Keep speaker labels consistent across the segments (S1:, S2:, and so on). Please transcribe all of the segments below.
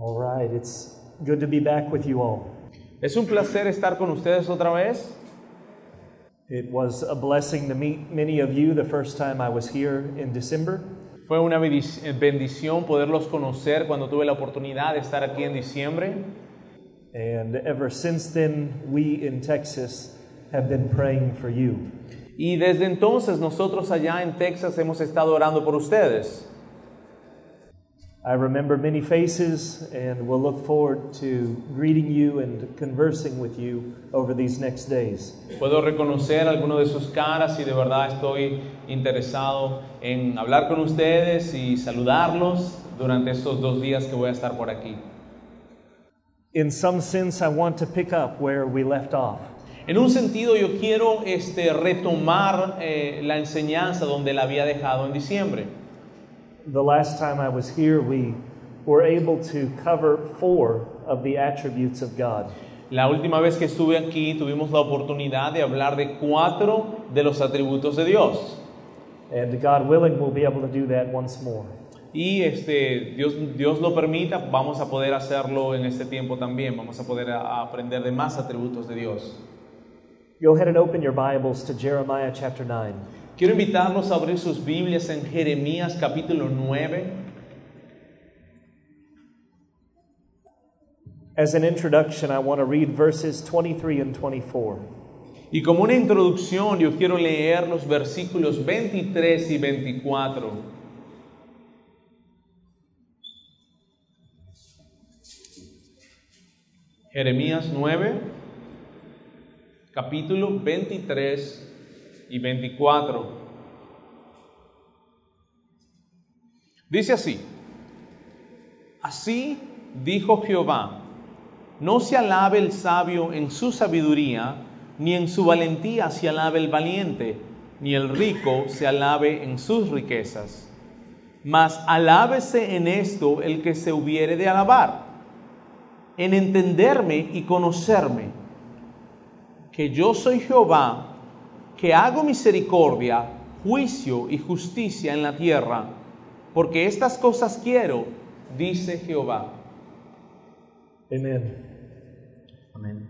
S1: All right, it's good to be back with you all.
S2: Es un placer estar con ustedes otra vez.
S1: It was a blessing to meet many of you the first time I was here in December.
S2: Fue una bendic- bendición poderlos conocer cuando tuve la oportunidad de estar aquí en diciembre.
S1: And ever since then, we in Texas have been praying for you.
S2: Y desde entonces nosotros allá en Texas hemos estado orando por ustedes.
S1: I remember many faces and will look forward to greeting you and conversing with you over these next days.
S2: Puedo reconocer algunas de sus caras y de verdad estoy interesado en hablar con ustedes y saludarlos durante estos dos días que voy a estar por aquí.
S1: In some sense, I want to pick up where we left off.
S2: En un sentido yo quiero este, retomar eh, la enseñanza donde la había dejado en diciembre.
S1: The last time I was here, we were able to cover four of the attributes of God.
S2: La última vez que estuve aquí tuvimos la oportunidad de hablar de cuatro de los atributos de Dios.
S1: And God willing, we'll be able to do that once more.
S2: Y este, Dios, Dios lo permita, vamos a poder hacerlo en este tiempo también, vamos a poder a- aprender de más atributos de Dios.
S1: Go ahead and open your Bibles to Jeremiah chapter 9.
S2: Quiero invitarlos a abrir sus Biblias en Jeremías capítulo 9.
S1: As an introduction, I want to read verses 23 and 24.
S2: Y como una introducción yo quiero leer los versículos 23 y 24. Jeremías 9, capítulo 23 y 24. Dice así, así dijo Jehová, no se alabe el sabio en su sabiduría, ni en su valentía se alabe el valiente, ni el rico se alabe en sus riquezas. Mas alábese en esto el que se hubiere de alabar, en entenderme y conocerme, que yo soy Jehová, que hago misericordia, juicio y justicia en la tierra, porque estas cosas quiero, dice Jehová.
S1: Amen.
S2: Amén.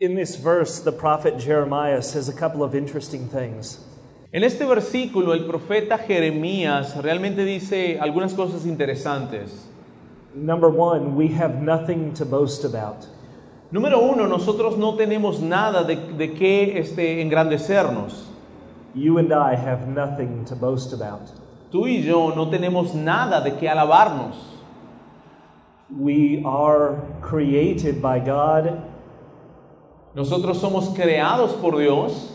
S1: In this verse, the prophet Jeremiah says a couple of interesting things.
S2: En este versículo el profeta Jeremías realmente dice algunas cosas interesantes.
S1: Number one, we have nothing to boast about.
S2: Número uno, nosotros no tenemos nada de, de qué este, engrandecernos.
S1: You and I have nothing to boast about.
S2: Tú y yo no tenemos nada de qué alabarnos.
S1: We are created by God,
S2: Nosotros somos creados por Dios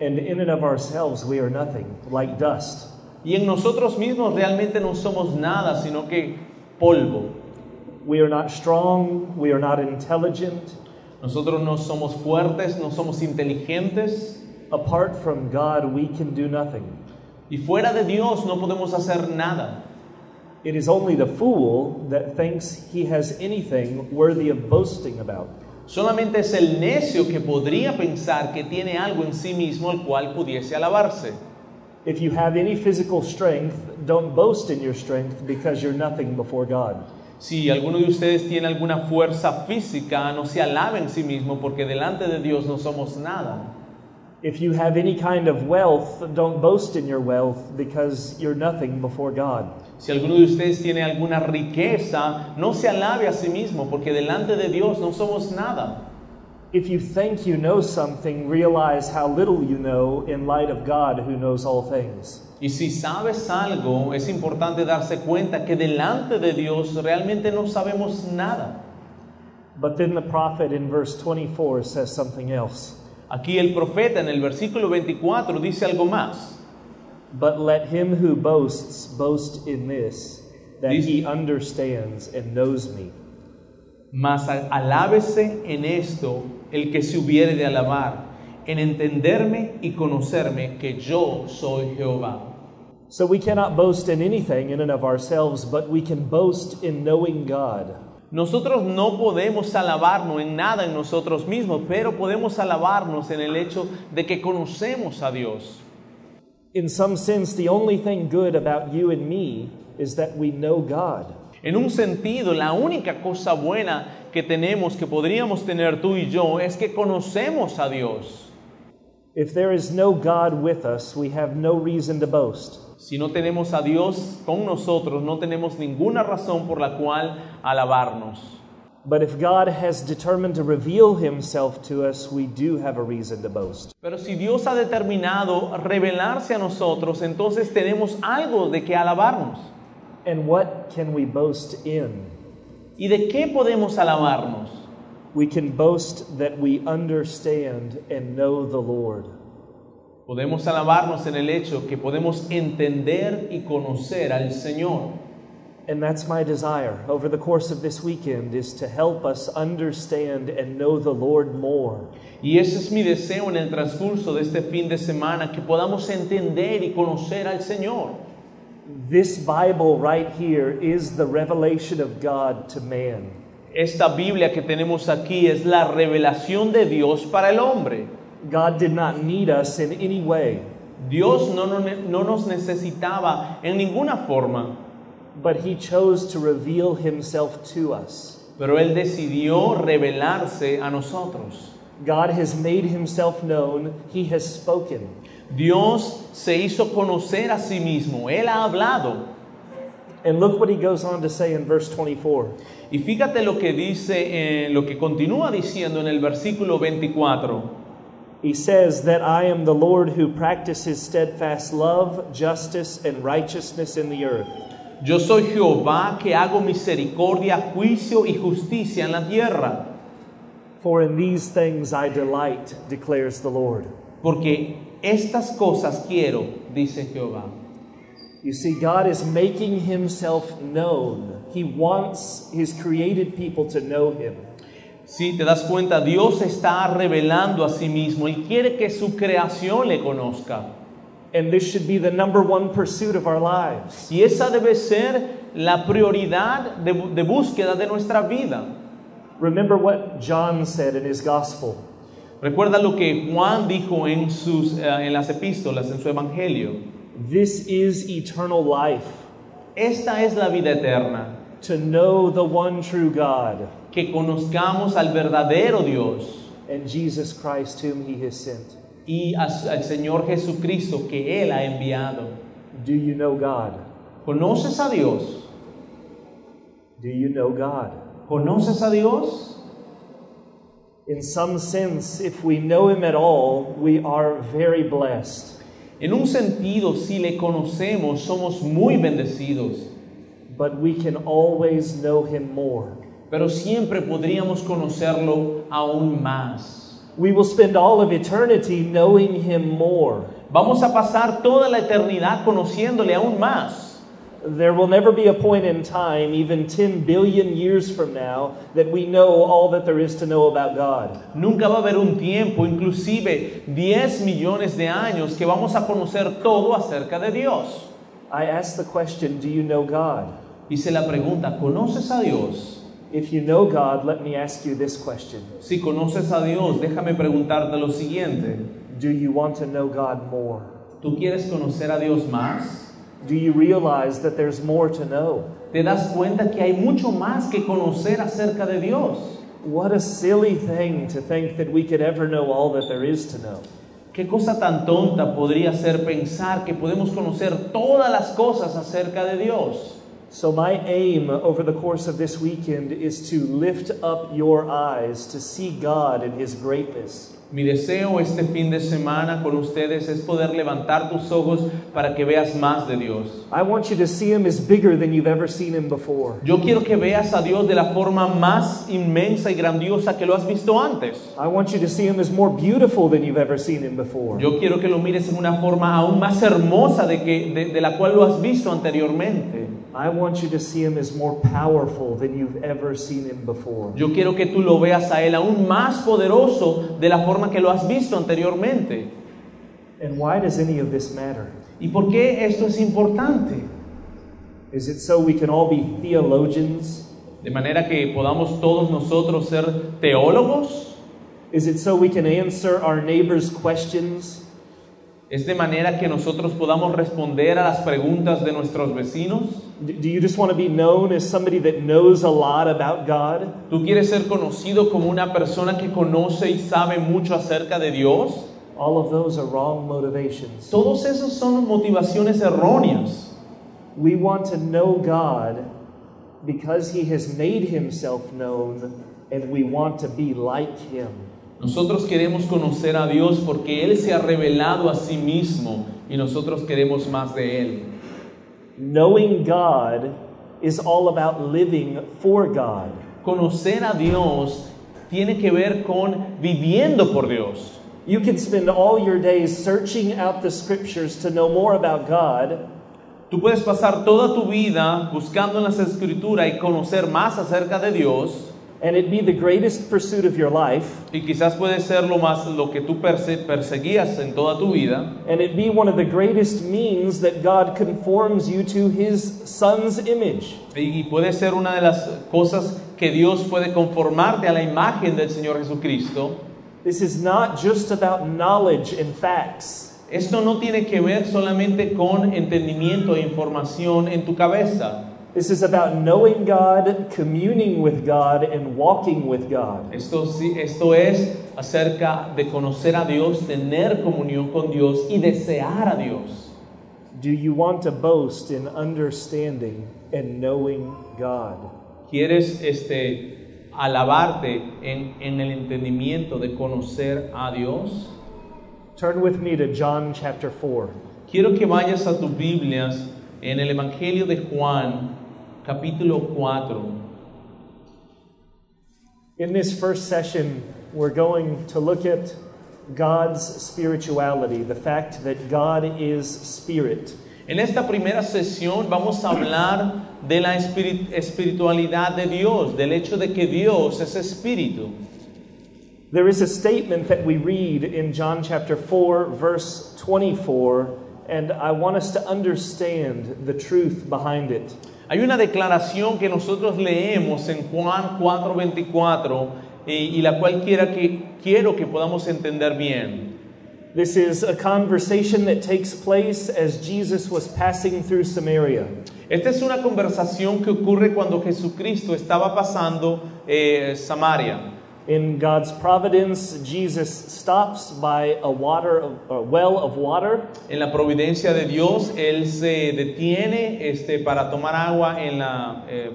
S1: and in and of ourselves, we are nothing, like dust.
S2: y en nosotros mismos realmente no somos nada, sino que polvo.
S1: We are not strong, we are not intelligent.
S2: Nosotros no somos fuertes, no somos inteligentes
S1: Apart from God, we can do nothing.
S2: y fuera de Dios no podemos hacer nada.
S1: It is only the fool that thinks he has anything worthy of boasting about.
S2: Solamente es el necio que podría pensar que tiene algo en sí mismo al cual pudiese alabarse.
S1: If you have any physical strength, don't boast in your strength because you're nothing before God.
S2: Si alguno de ustedes tiene alguna fuerza física, no se alabe en sí mismo porque delante de Dios no somos nada.
S1: If you have any kind of wealth, don't boast in your wealth because you're nothing before God.
S2: Si alguno de ustedes tiene alguna riqueza, no se alabe a sí mismo porque delante de Dios no somos nada.
S1: If you think you know something, realize how little you know in light of God who knows all things.
S2: Y si sabes algo, es importante darse cuenta que delante de Dios realmente no sabemos nada.
S1: But then the prophet in verse 24 says something else.
S2: Aquí el profeta en el versículo 24 dice algo más.
S1: But let him who boasts boast in this, that
S2: Dice-
S1: he understands and knows me.
S2: Mas a- alábese en esto el que se hubiere de alabar, en entenderme y conocerme que yo soy Jehová.
S1: So we cannot boast in anything in and of ourselves, but we can boast in knowing God.
S2: Nosotros no podemos alabarnos en nada en nosotros mismos, pero podemos alabarnos en el hecho de que conocemos a Dios.
S1: in some sense, the only thing good about you and me is that we know God.
S2: En un sentido, la única cosa buena que tenemos, que podríamos tener tú y yo, es que conocemos a Dios.
S1: If there is no God with us, we have no reason to boast.
S2: Si no tenemos a Dios con nosotros, no tenemos ninguna razón por la cual alabarnos.
S1: But if God has determined to reveal himself to us, we do have a reason to boast.
S2: Pero si Dios ha determinado revelarse a nosotros, entonces tenemos algo de que alabarnos.
S1: And what can we boast in?
S2: ¿Y de qué podemos alabarnos?
S1: We can boast that we understand and know the Lord.
S2: Podemos alabarnos en el hecho que podemos entender y conocer al Señor.
S1: And that's my desire over the course of this weekend is to help us understand and know the Lord more.
S2: Y ese es mi deseo en el transcurso de este fin de semana, que podamos entender y conocer al Señor.
S1: This Bible right here is the revelation of God to man.
S2: Esta Biblia que tenemos aquí es la revelación de Dios para el hombre.
S1: God did not need us in any way,
S2: Dios no, no- no nos necesitaba en ninguna forma,
S1: but he chose to reveal himself to us.
S2: pero Él decidió revelarse a nosotros.
S1: God has made himself known, he has spoken.
S2: Dios se hizo conocer a sí mismo, Él ha hablado.
S1: And look what he goes on to say in verse 24.
S2: Y fíjate lo que dice, eh, lo que continúa diciendo en el versículo 24.
S1: He says that I am the Lord who practices steadfast love, justice, and righteousness in the earth.
S2: Yo soy Jehová que hago misericordia, juicio y justicia en la tierra,
S1: For in these things I delight, declares the Lord.
S2: porque estas cosas quiero, dice Jehová.
S1: You see, God is making himself known. He wants his created people to know him.
S2: Si te das cuenta, Dios está revelando a sí mismo, Él quiere que su creación le conozca.
S1: And this should be the number one pursuit of our lives.
S2: Y esa debe ser la prioridad de, bu- de búsqueda de nuestra vida.
S1: Remember what John said in his gospel.
S2: Recuerda lo que Juan dijo en, sus, eh, en las epístolas, en su evangelio.
S1: This is eternal life,
S2: Esta es la vida eterna,
S1: to know the one true God
S2: que conozcamos al verdadero Dios.
S1: and Jesus Christ, whom he has sent.
S2: y a su- al Señor Jesucristo que Él ha enviado.
S1: Do you know God?
S2: ¿Conoces a Dios?
S1: Do you know God?
S2: ¿Conoces a Dios?
S1: In some sense, if we know him at all, we are very blessed.
S2: En un sentido, si le conocemos, somos muy bendecidos,
S1: but we can always know him more.
S2: pero siempre podríamos conocerlo aún más.
S1: We will spend all of eternity knowing him more.
S2: Vamos a pasar toda la eternidad conociéndole aún más.
S1: There will never be a point in time, even 10 billion years from now, that we know all that there is to know about God.
S2: Nunca va a haber un tiempo, inclusive 10 millones de años, que vamos a conocer todo acerca de Dios.
S1: I ask the question Do you know God?
S2: Hice la pregunta, ¿conoces a Dios?
S1: If you know God, let me ask you this question
S2: Si conoces a Dios, déjame preguntarte lo siguiente.
S1: Do you want to know God more?
S2: ¿Tú quieres conocer a Dios más?
S1: Do you realize that there's more to know?
S2: ¿Te das cuenta que hay mucho más que conocer acerca de Dios?
S1: What a silly thing to think that we could ever know all that there is to know.
S2: ¿Qué cosa tan tonta podría ser pensar que podemos conocer todas las cosas acerca de Dios?
S1: So, my aim over the course of this weekend is to lift up your eyes to see God in His greatness.
S2: Mi deseo este fin de semana con ustedes es poder levantar tus ojos para que veas más de Dios.
S1: I want you to see Him as bigger than you've ever seen Him before.
S2: Yo quiero que veas a Dios de la forma más inmensa y grandiosa que lo has visto antes.
S1: I want you to see Him as more beautiful than you've ever seen Him before.
S2: Yo quiero que lo mires en una forma aún más hermosa de, que, de, de la cual lo has visto anteriormente.
S1: I want you to see Him as more powerful than you've ever seen Him before.
S2: Yo quiero que tú lo veas a Él aún más poderoso de la forma que lo has visto anteriormente.
S1: And why does any of this matter?
S2: ¿Y por qué esto es importante?
S1: Is it so we can all be theologians?
S2: De manera que podamos todos nosotros ser teólogos.
S1: Is it so we can answer our neighbor's questions?
S2: ¿Es de manera que nosotros podamos responder a las preguntas de nuestros vecinos?
S1: D- Do you just want to be known as somebody that knows a lot about God?
S2: ¿Tú quieres ser conocido como una persona que conoce y sabe mucho acerca de Dios?
S1: All of those are wrong motivations.
S2: Todos esos son motivaciones erróneas.
S1: We want to know God because He has made Himself known and we want to be like Him.
S2: Nosotros queremos conocer a Dios porque Él se ha revelado a sí mismo y nosotros queremos más de Él.
S1: Knowing God is all about living for God.
S2: Conocer a Dios tiene que ver con viviendo por Dios.
S1: You can spend all your days searching out the scriptures to know more about God,
S2: Tú puedes pasar toda tu vida buscando en las escrituras y conocer más acerca de Dios
S1: and it be the greatest pursuit of your life,
S2: y quizás puede ser lo más lo que tú perse- perseguías en toda tu vida
S1: and it be one of the greatest means that God conforms you to His Son's image.
S2: y y puede ser una de las cosas que Dios puede conformarte a la imagen del Señor Jesucristo.
S1: This is not just about knowledge and facts.
S2: Esto no tiene que ver solamente con entendimiento e información en tu cabeza.
S1: This is about knowing God, communing with God, and walking with God.
S2: Esto, sí- esto es acerca de conocer a Dios, tener comunión con Dios y desear a Dios.
S1: Do you want to boast in understanding and knowing God?
S2: ¿Quieres este, alabarte en, en el entendimiento de conocer a Dios?
S1: Turn with me to John chapter 4.
S2: Quiero que vayas a tus Biblias en el Evangelio de Juan, capítulo 4.
S1: In this first session, we're going to look at God's spirituality, the fact that God is spirit.
S2: En esta primera sesión vamos a hablar de la espiri- espiritualidad de Dios, del hecho de que Dios es espíritu.
S1: There is a statement that we read in John chapter 4, verse 24, and I want us to understand the truth behind it.
S2: Hay una declaración que nosotros leemos en Juan 4:24 y, y la cual quiera que, quiero que podamos entender bien.
S1: This is a conversation that takes place as Jesus was passing through Samaria.
S2: Esta es una conversación que ocurre cuando Jesucristo estaba pasando eh, Samaria.
S1: In God's providence, Jesus stops by a water of, a well of water
S2: En la providencia de Dios, Él se detiene este, para tomar agua en la, eh,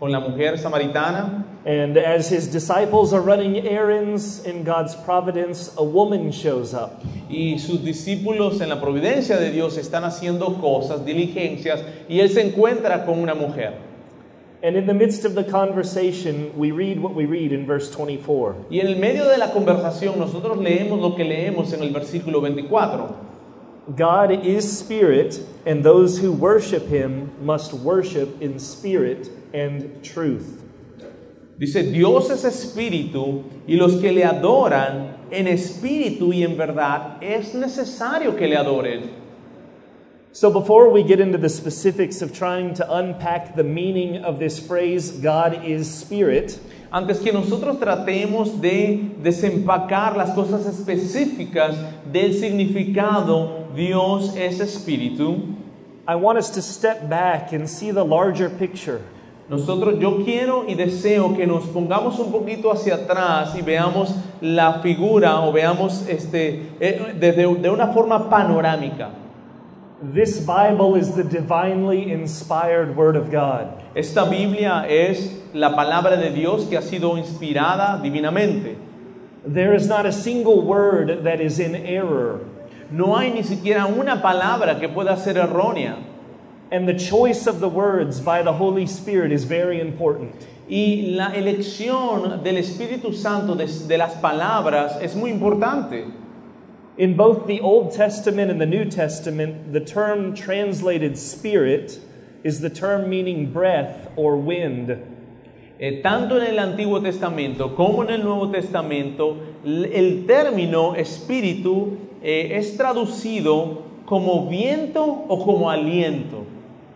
S2: con la mujer samaritana.
S1: And as his disciples are running errands in God's providence, a woman shows up.
S2: Y sus discípulos en la providencia de Dios están haciendo cosas, diligencias, y él se encuentra con una mujer.
S1: And in the midst of the conversation, we read what we read in verse 24.
S2: Y en el medio de la conversación nosotros leemos lo que leemos en el versículo 24.
S1: God is spirit, and those who worship him must worship in spirit and truth.
S2: Dice, Dios es espíritu y los que le adoran en espíritu y en verdad es necesario que le adoren.
S1: So before we get into the specifics of trying to unpack the meaning of this phrase, God is spirit,
S2: Antes que nosotros tratemos de desempacar las cosas específicas del significado Dios es espíritu,
S1: I want us to step back and see the larger picture.
S2: Nosotros, yo quiero y deseo que nos pongamos un poquito hacia atrás y veamos la figura o veamos este, eh, desde, de una forma panorámica.
S1: This Bible is the divinely inspired Word of God.
S2: Esta Biblia es la palabra de Dios que ha sido inspirada divinamente.
S1: There is not a single word that is in error,
S2: No hay ni siquiera una palabra que pueda ser errónea.
S1: and the choice of the words by the Holy Spirit is very important.
S2: Y la elección del Espíritu Santo de, de las palabras es muy importante.
S1: In both the Old Testament and the New Testament, the term translated spirit is the term meaning breath or wind.
S2: Eh, tanto en el Antiguo Testamento como en el Nuevo Testamento, l- el término espíritu eh, es traducido como viento o como aliento.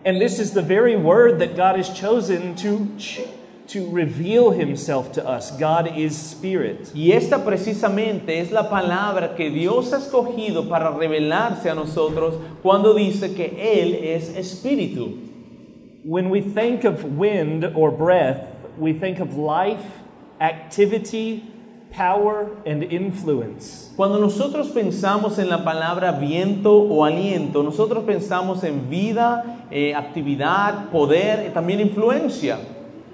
S1: And this is the very word that God has chosen to, ch- to reveal himself to us. God is spirit.
S2: Y esta precisamente es la palabra que Dios ha escogido para revelarse a nosotros cuando dice que Él es espíritu.
S1: When we think of wind or breath, we think of life, activity, power, and influence.
S2: Cuando nosotros pensamos en la palabra viento o aliento, nosotros pensamos en vida, eh, actividad, poder, eh, también influencia.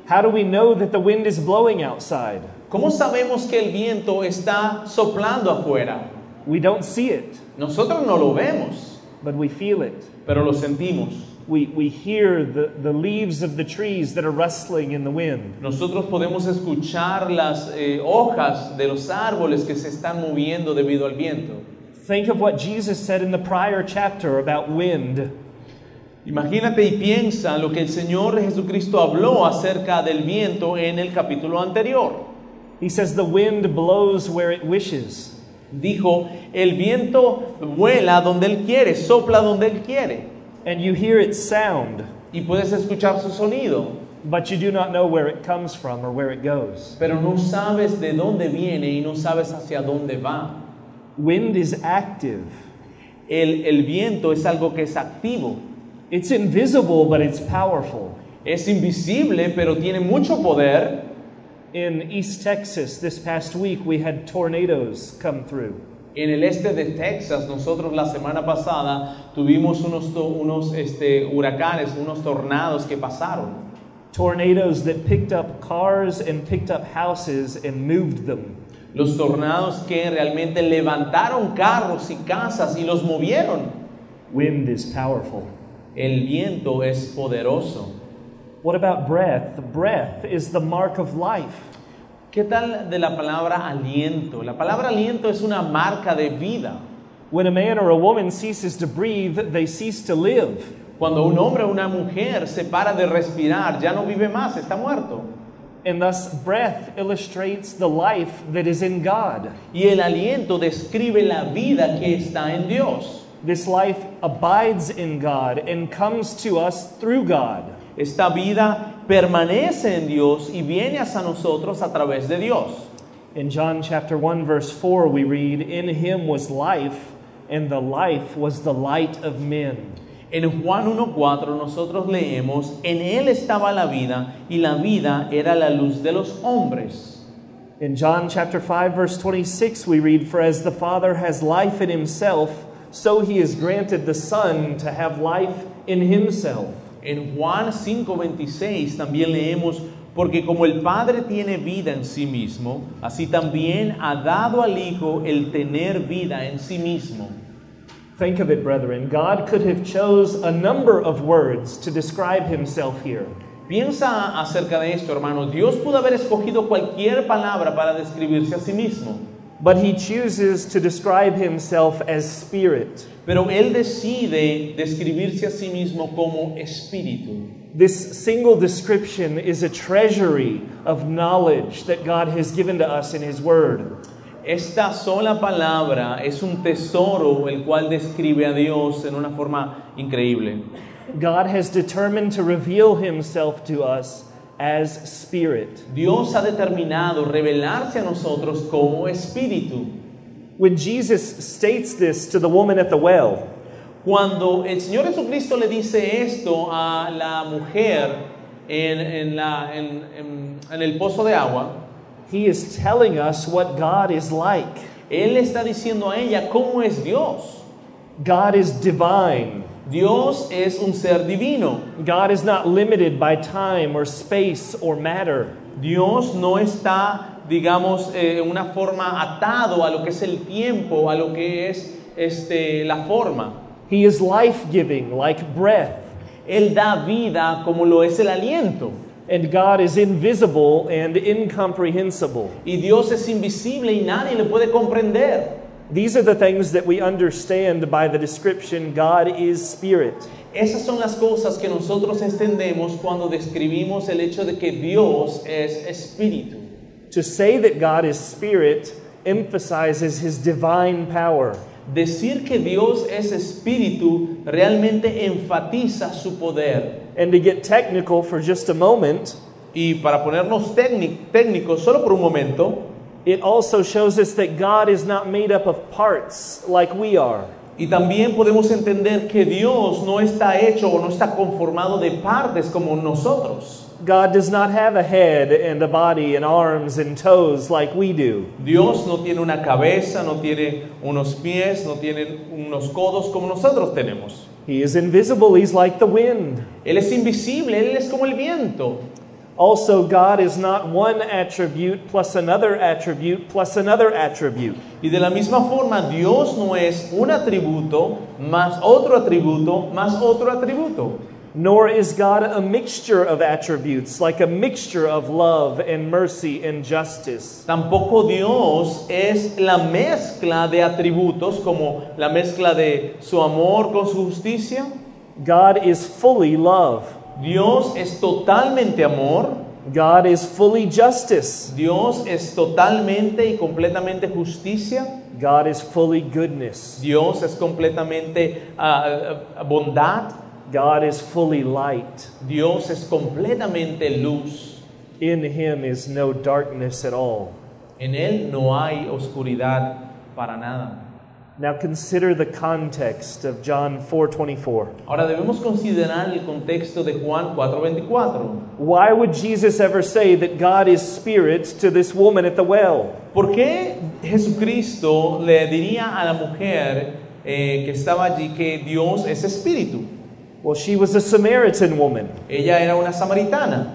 S1: How do we know that the wind is blowing outside?
S2: ¿Cómo sabemos que el viento está soplando afuera?
S1: We don't see it,
S2: Nosotros no lo vemos,
S1: but we feel it.
S2: pero lo sentimos.
S1: We, we hear the, the leaves of the trees that are rustling in the wind.
S2: Nosotros podemos escuchar las eh, hojas de los árboles que se están moviendo debido al viento.
S1: Think of what Jesus said in the prior chapter about wind.
S2: Imagínate y piensa lo que el Señor Jesucristo habló acerca del viento en el capítulo anterior.
S1: He says, The wind blows where it wishes.
S2: Dijo, el viento vuela donde Él quiere, sopla donde Él quiere,
S1: And you hear its sound,
S2: y puedes escuchar su sonido,
S1: but you do not know where it comes from or where it goes.
S2: pero no sabes de dónde viene y no sabes hacia dónde va.
S1: Wind is active.
S2: El, el viento es algo que es activo,
S1: It's invisible, but it's powerful.
S2: es invisible, pero tiene mucho poder.
S1: In East Texas this past week, we had tornadoes come through.
S2: En el este de Texas, nosotros la semana pasada tuvimos unos, to- unos este, huracanes, unos tornados que pasaron.
S1: Tornadoes that picked up cars and picked up houses and moved them.
S2: Los tornados que realmente levantaron carros y casas y los movieron.
S1: Wind is powerful.
S2: El viento es poderoso.
S1: What about breath? Breath is the mark of life.
S2: ¿Qué tal de la palabra aliento? La palabra aliento es una marca de vida.
S1: When a man or a woman ceases to breathe, they cease to live.
S2: Cuando un hombre o una mujer se para de respirar, ya no vive más, está muerto.
S1: And thus, breath illustrates the life that is in God.
S2: Y el aliento describe la vida que está en Dios.
S1: This life abides in God and comes to us through God.
S2: Esta vida permanece en Dios y viene hacia nosotros a través de Dios.
S1: In John chapter 1 verse 4 we read in him was life and the life was the light of men.
S2: En Juan 1.4 nosotros leemos, en Él estaba la vida y la vida era la luz de los hombres.
S1: In John chapter 5 verse 26 we read for as the father has life in himself so he has granted the son to have life in himself.
S2: En Juan 5.26 también leemos, porque como el Padre tiene vida en sí mismo, así también ha dado al Hijo el tener vida en sí mismo.
S1: Think of it brethren God could have chose a number of words to describe himself here.
S2: Piensa acerca de esto, hermano. Dios pudo haber escogido cualquier palabra para describirse a sí mismo.
S1: But he chooses to describe himself as spirit.
S2: Pero él decide describirse a sí mismo como espíritu.
S1: This single description is a treasury of knowledge that God has given to us in His Word.
S2: Esta sola palabra es un tesoro el cual describe a Dios en una forma increíble.
S1: God has determined to reveal Himself to us as Spirit.
S2: Dios ha determinado revelarse a nosotros como espíritu.
S1: When Jesus states this to the woman at the well,
S2: Cuando el Señor Jesucristo le dice esto a la mujer en, en la- en- en- en el pozo de agua,
S1: He is telling us what God is like.
S2: Él le está diciendo a ella cómo es Dios.
S1: God is divine.
S2: Dios es un ser divino.
S1: God is not limited by time or space or matter.
S2: Dios no está, digamos, eh, en una forma atado a lo que es el tiempo, a lo que es este, la forma.
S1: He is life giving, like breath.
S2: Él da vida como lo es el aliento.
S1: And God is invisible and incomprehensible.
S2: Y Dios es invisible y nadie le puede comprender.
S1: These are the things that we understand by the description God is spirit.
S2: Esas son las cosas que nosotros entendemos cuando describimos el hecho de que Dios es espíritu.
S1: To say that God is spirit emphasizes his divine power.
S2: Decir que Dios es espíritu realmente enfatiza su poder.
S1: And to get technical for just a moment,
S2: Y Y para ponernos técnic- técnicos solo por un momento,
S1: It also shows us that God is not made up of parts like we are.
S2: y también podemos entender que Dios no está hecho o no está conformado de partes como nosotros.
S1: God does not have a head and a body and arms and toes like we do.
S2: Dios no tiene una cabeza, no tiene unos pies, no tiene unos codos como nosotros tenemos.
S1: He is invisible, He's like the wind.
S2: Él es invisible, Él es como el viento.
S1: Also, God is not one attribute plus another attribute plus another attribute.
S2: Y de la misma forma, Dios no es un atributo más otro atributo más otro atributo.
S1: Nor is God a mixture of attributes, like a mixture of love and mercy and justice.
S2: Tampoco Dios es la mezcla de atributos como la mezcla de su amor con su justicia.
S1: God is fully love.
S2: Dios es totalmente amor.
S1: God is fully justice.
S2: Dios es totalmente y completamente justicia.
S1: God is fully goodness.
S2: Dios es completamente ah, ah, bondad.
S1: God is fully light.
S2: Dios es completamente luz.
S1: In him is no darkness at all.
S2: En Él no hay oscuridad para nada.
S1: Now consider the context of John 4:24.
S2: Ahora debemos considerar el contexto de Juan 4:24.
S1: Why would Jesus ever say that God is spirit to this woman at the well?
S2: ¿Por qué Jesucristo le diría a la mujer eh, que estaba allí que Dios es espíritu?
S1: Well, she was a Samaritan woman.
S2: Ella era una samaritana.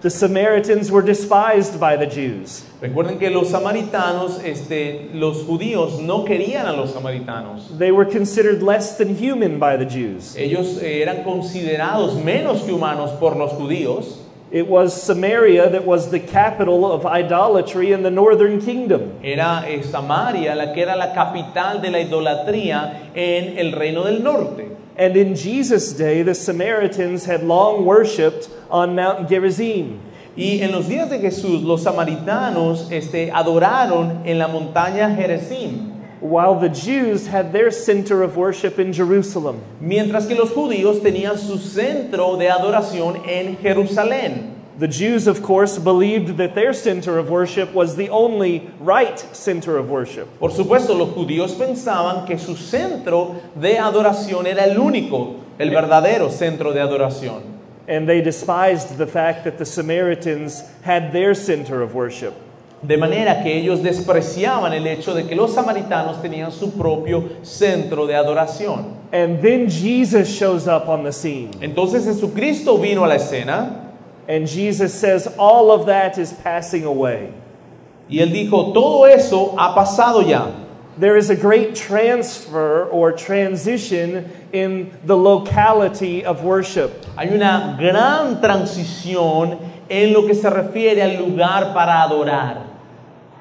S1: The Samaritans were despised by the Jews.
S2: Recuerden que los samaritanos, este, los judíos no querían a los samaritanos.
S1: They were considered less than human by the Jews.
S2: Ellos eh, eran considerados menos que humanos por los judíos.
S1: It was Samaria that was the capital of idolatry in the northern kingdom.
S2: Era eh, Samaria la que era la capital de la idolatría en el reino del norte.
S1: And in Jesus' day, the Samaritans had long worshipped on Mount Gerizim.
S2: Y en los días de Jesús, los samaritanos este, adoraron en la montaña Jerezim,
S1: while the Jews had their center of worship in Jerusalem.
S2: mientras que los judíos tenían su centro de adoración en Jerusalén.
S1: The Jews, of course, believed that their center of worship was the only right center of worship.
S2: Por supuesto, los judíos pensaban que su centro de adoración era el único, el verdadero centro de adoración.
S1: And they despised the fact that the Samaritans had their center of worship.
S2: De manera que ellos despreciaban el hecho de que los samaritanos tenían su propio centro de adoración.
S1: And then Jesus shows up on the scene.
S2: Entonces Jesucristo vino a la escena
S1: And Jesus says, All of that is passing away.
S2: Y él dijo, todo eso ha pasado ya.
S1: There is a great transfer or transition in the locality of worship.
S2: Hay una gran transición en lo que se refiere al lugar para adorar.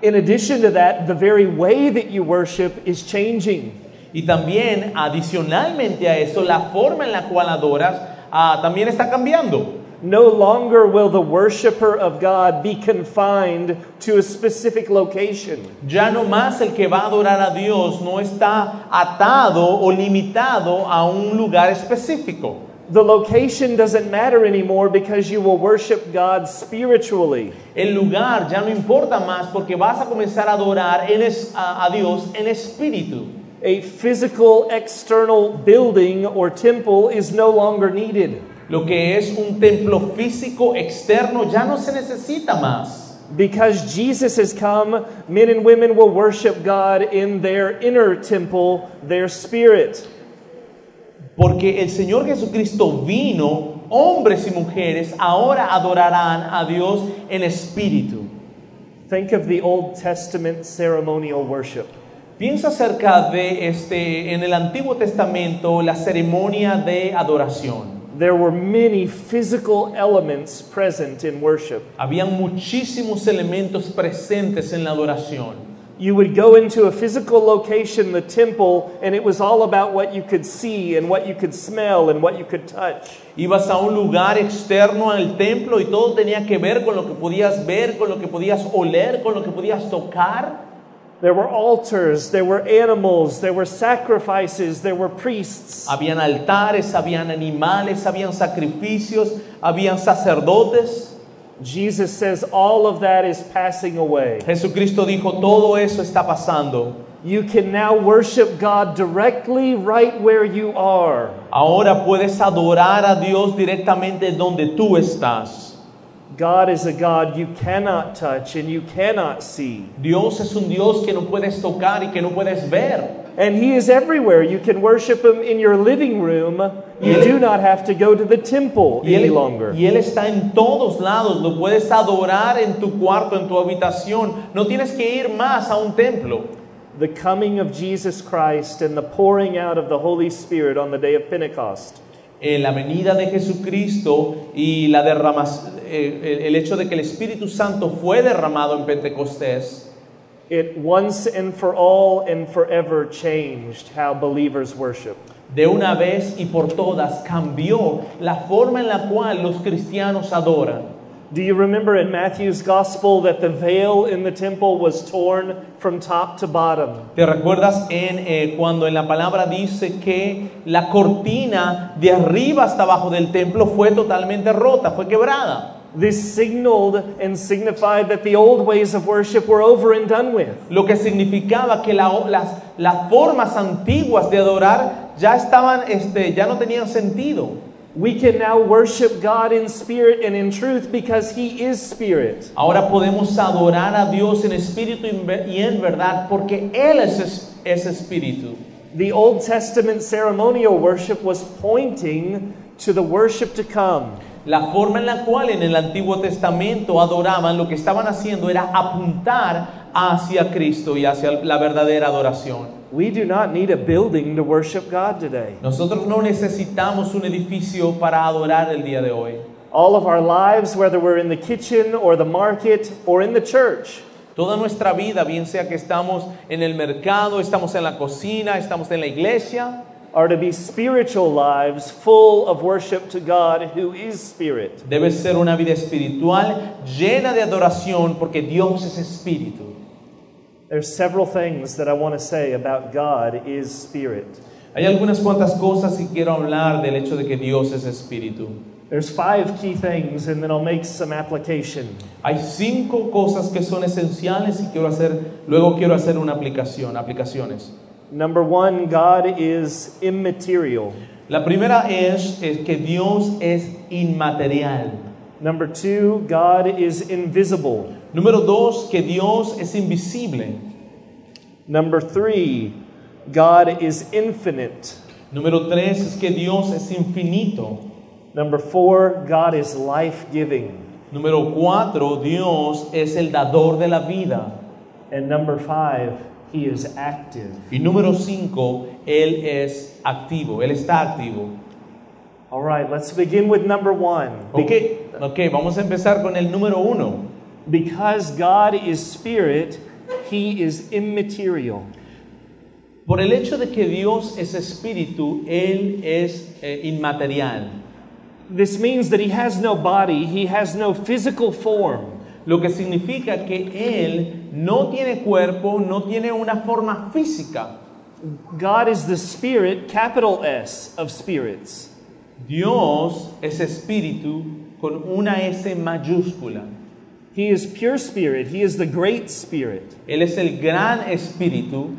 S1: In addition to that, the very way that you worship is changing.
S2: Y también, adicionalmente a eso, la forma en la cual adoras ah, también está cambiando.
S1: No longer will the worshiper of God be confined to a specific location.
S2: Ya no más el que va a adorar a Dios no está atado o limitado a un lugar específico.
S1: The location doesn't matter anymore because you will worship God spiritually.
S2: El lugar ya no importa más porque vas a comenzar a adorar en es- a- a Dios en espíritu.
S1: A physical external building or temple is no longer needed
S2: Lo que es un templo físico externo ya no se necesita más.
S1: because Jesus has come. Men and women will worship God in their inner temple, their spirit.
S2: Porque el Señor Jesucristo vino, hombres y mujeres ahora adorarán a Dios en espíritu.
S1: Think of the Old Testament ceremonial worship.
S2: Piensa acerca de este en el Antiguo Testamento la ceremonia de adoración.
S1: There were many physical elements present in worship.
S2: Había muchísimos elementos presentes en la adoración.
S1: You would go into a physical location, the temple, and it was all about what you could see and what you could smell and what you could touch.
S2: Ibas a un lugar externo al templo y todo tenía que ver con lo que podías ver, con lo que podías oler, con lo que podías tocar.
S1: There were altars, there were animals, there were sacrifices, there were priests.
S2: Habían altares, habían animales, habían sacrificios, habían sacerdotes.
S1: Jesus says all of that is passing away.
S2: Jesucristo dijo, todo eso está pasando.
S1: You can now worship God directly right where you are.
S2: Ahora puedes adorar a Dios directamente donde tú estás.
S1: God is a God you cannot touch and you cannot see.
S2: Dios es un Dios que no puedes tocar y que no puedes ver.
S1: And He is everywhere. You can worship Him in your living room. You do not have to go to the temple
S2: Y
S1: any
S2: él,
S1: longer.
S2: y él está en todos lados, lo puedes adorar en tu cuarto, en tu habitación. No tienes que ir más a un templo.
S1: The coming of Jesus Christ and the pouring out of the Holy Spirit on the day of Pentecost
S2: Eh, la venida de Jesucristo y la derramas- eh, el- el hecho de que el Espíritu Santo fue derramado en Pentecostés
S1: It once and for all and forever changed how believers worship.
S2: de una vez y por todas cambió la forma en la cual los cristianos adoran.
S1: Do you remember in Matthew's gospel that the veil in the temple was torn from top to bottom?
S2: ¿Te recuerdas en, eh, cuando en la palabra dice que la cortina de arriba hasta abajo del templo fue totalmente rota, fue quebrada?
S1: This signaled and signified that the old ways of worship were over and done with.
S2: Lo que significaba que la- las, las formas antiguas de adorar ya estaban, este, ya no tenían sentido.
S1: We can now worship God in spirit and in truth because He is spirit.
S2: Ahora podemos adorar a Dios en espíritu y en ver- y en verdad porque Él es, es- es espíritu.
S1: The Old Testament ceremonial worship was pointing to the worship to come.
S2: La forma en la cual en el Antiguo Testamento adoraban, lo que estaban haciendo era apuntar hacia Cristo y hacia la verdadera adoración.
S1: We do not need a building to worship God today.
S2: Nosotros no necesitamos un edificio para adorar el día de hoy.
S1: All of our lives, whether we're in the kitchen or the market or in the church,
S2: Toda nuestra vida, bien sea que estamos en el mercado, estamos en la cocina, estamos en la iglesia,
S1: are to be spiritual lives full of worship to God who is spirit.
S2: debe ser una vida espiritual llena de adoración porque Dios es espíritu.
S1: There's several things that I want to say about God is spirit.
S2: Hay algunas cuantas cosas que quiero hablar del hecho de que Dios es espíritu.
S1: There's five key things and then I'll make some application.
S2: Hay cinco cosas que son esenciales y quiero hacer, luego quiero hacer una aplicación, aplicaciones.
S1: Number 1, God is immaterial.
S2: La primera es, es que Dios es inmaterial.
S1: Number 2, God is invisible.
S2: Número dos, que Dios es invisible.
S1: Number 3, God is infinite.
S2: Número tres, es que Dios es infinito.
S1: Number 4, God is life-giving.
S2: Número cuatro, Dios es el dador de la vida.
S1: And number five, he is active.
S2: Y número cinco, Él es activo, Él está activo.
S1: All right, let's begin with number one. Be-
S2: Ok, ok, vamos a empezar con el número uno.
S1: Because God is spirit, he is immaterial.
S2: Por el hecho de que Dios es espíritu, Él es eh, inmaterial.
S1: This means that he has no body, he has no physical form.
S2: Lo que significa que Él no tiene cuerpo, no tiene una forma física.
S1: God is the spirit, capital S, of spirits.
S2: Dios es espíritu con una S mayúscula.
S1: He is pure spirit, he is the great spirit.
S2: Él es el gran espíritu.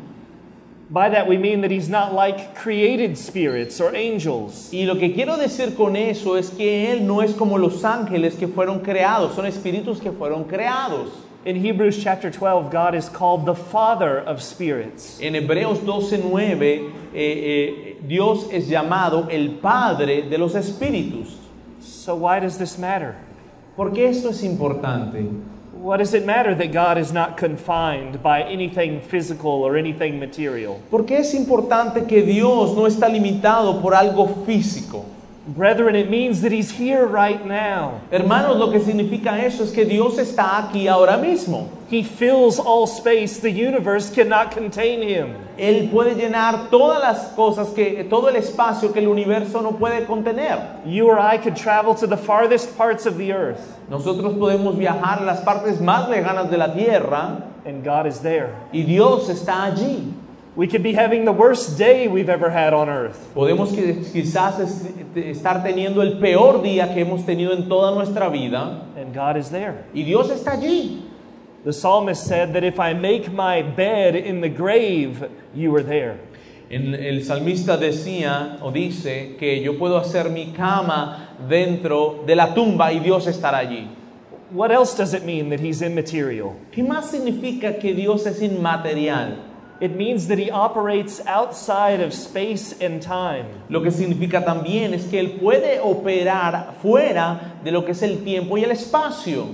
S1: By that we mean that he's not like created spirits or angels.
S2: Y lo que quiero decir con eso es que Él no es como los ángeles que fueron creados, son espíritus que fueron creados.
S1: In Hebrews chapter 12, God is called the father of spirits.
S2: En Hebreos 12:9, eh, eh, Dios es llamado el Padre de los espíritus.
S1: So why does this matter?
S2: ¿Por qué esto es importante?
S1: What does it matter that God is not confined by anything physical or anything material?
S2: Porque es importante que Dios no está limitado por algo físico.
S1: Brethren, it means that He's here right now.
S2: Hermanos, lo que significa eso es que Dios está aquí ahora mismo.
S1: He fills all space, the universe cannot contain Him.
S2: Él puede llenar todas las cosas que todo el espacio que el universo no puede contener.
S1: You or I could travel to the farthest parts of the earth,
S2: Nosotros podemos viajar a las partes más lejanas de la Tierra
S1: and God is there.
S2: y Dios está allí.
S1: We could be having the worst day we've ever had on earth,
S2: Podemos qui- quizás es- estar teniendo el peor día que hemos tenido en toda nuestra vida
S1: and God is there.
S2: Y Dios está allí.
S1: The psalmist said that if I make my bed in the grave, you are there.
S2: En- el salmista decía o dice que yo puedo hacer mi cama dentro de la tumba y Dios estará allí.
S1: What else does it mean that he's immaterial?
S2: ¿Qué más significa que Dios es inmaterial?
S1: It means that he operates outside of space and time.
S2: Lo que significa también es que Él puede operar fuera de lo que es el tiempo y el espacio.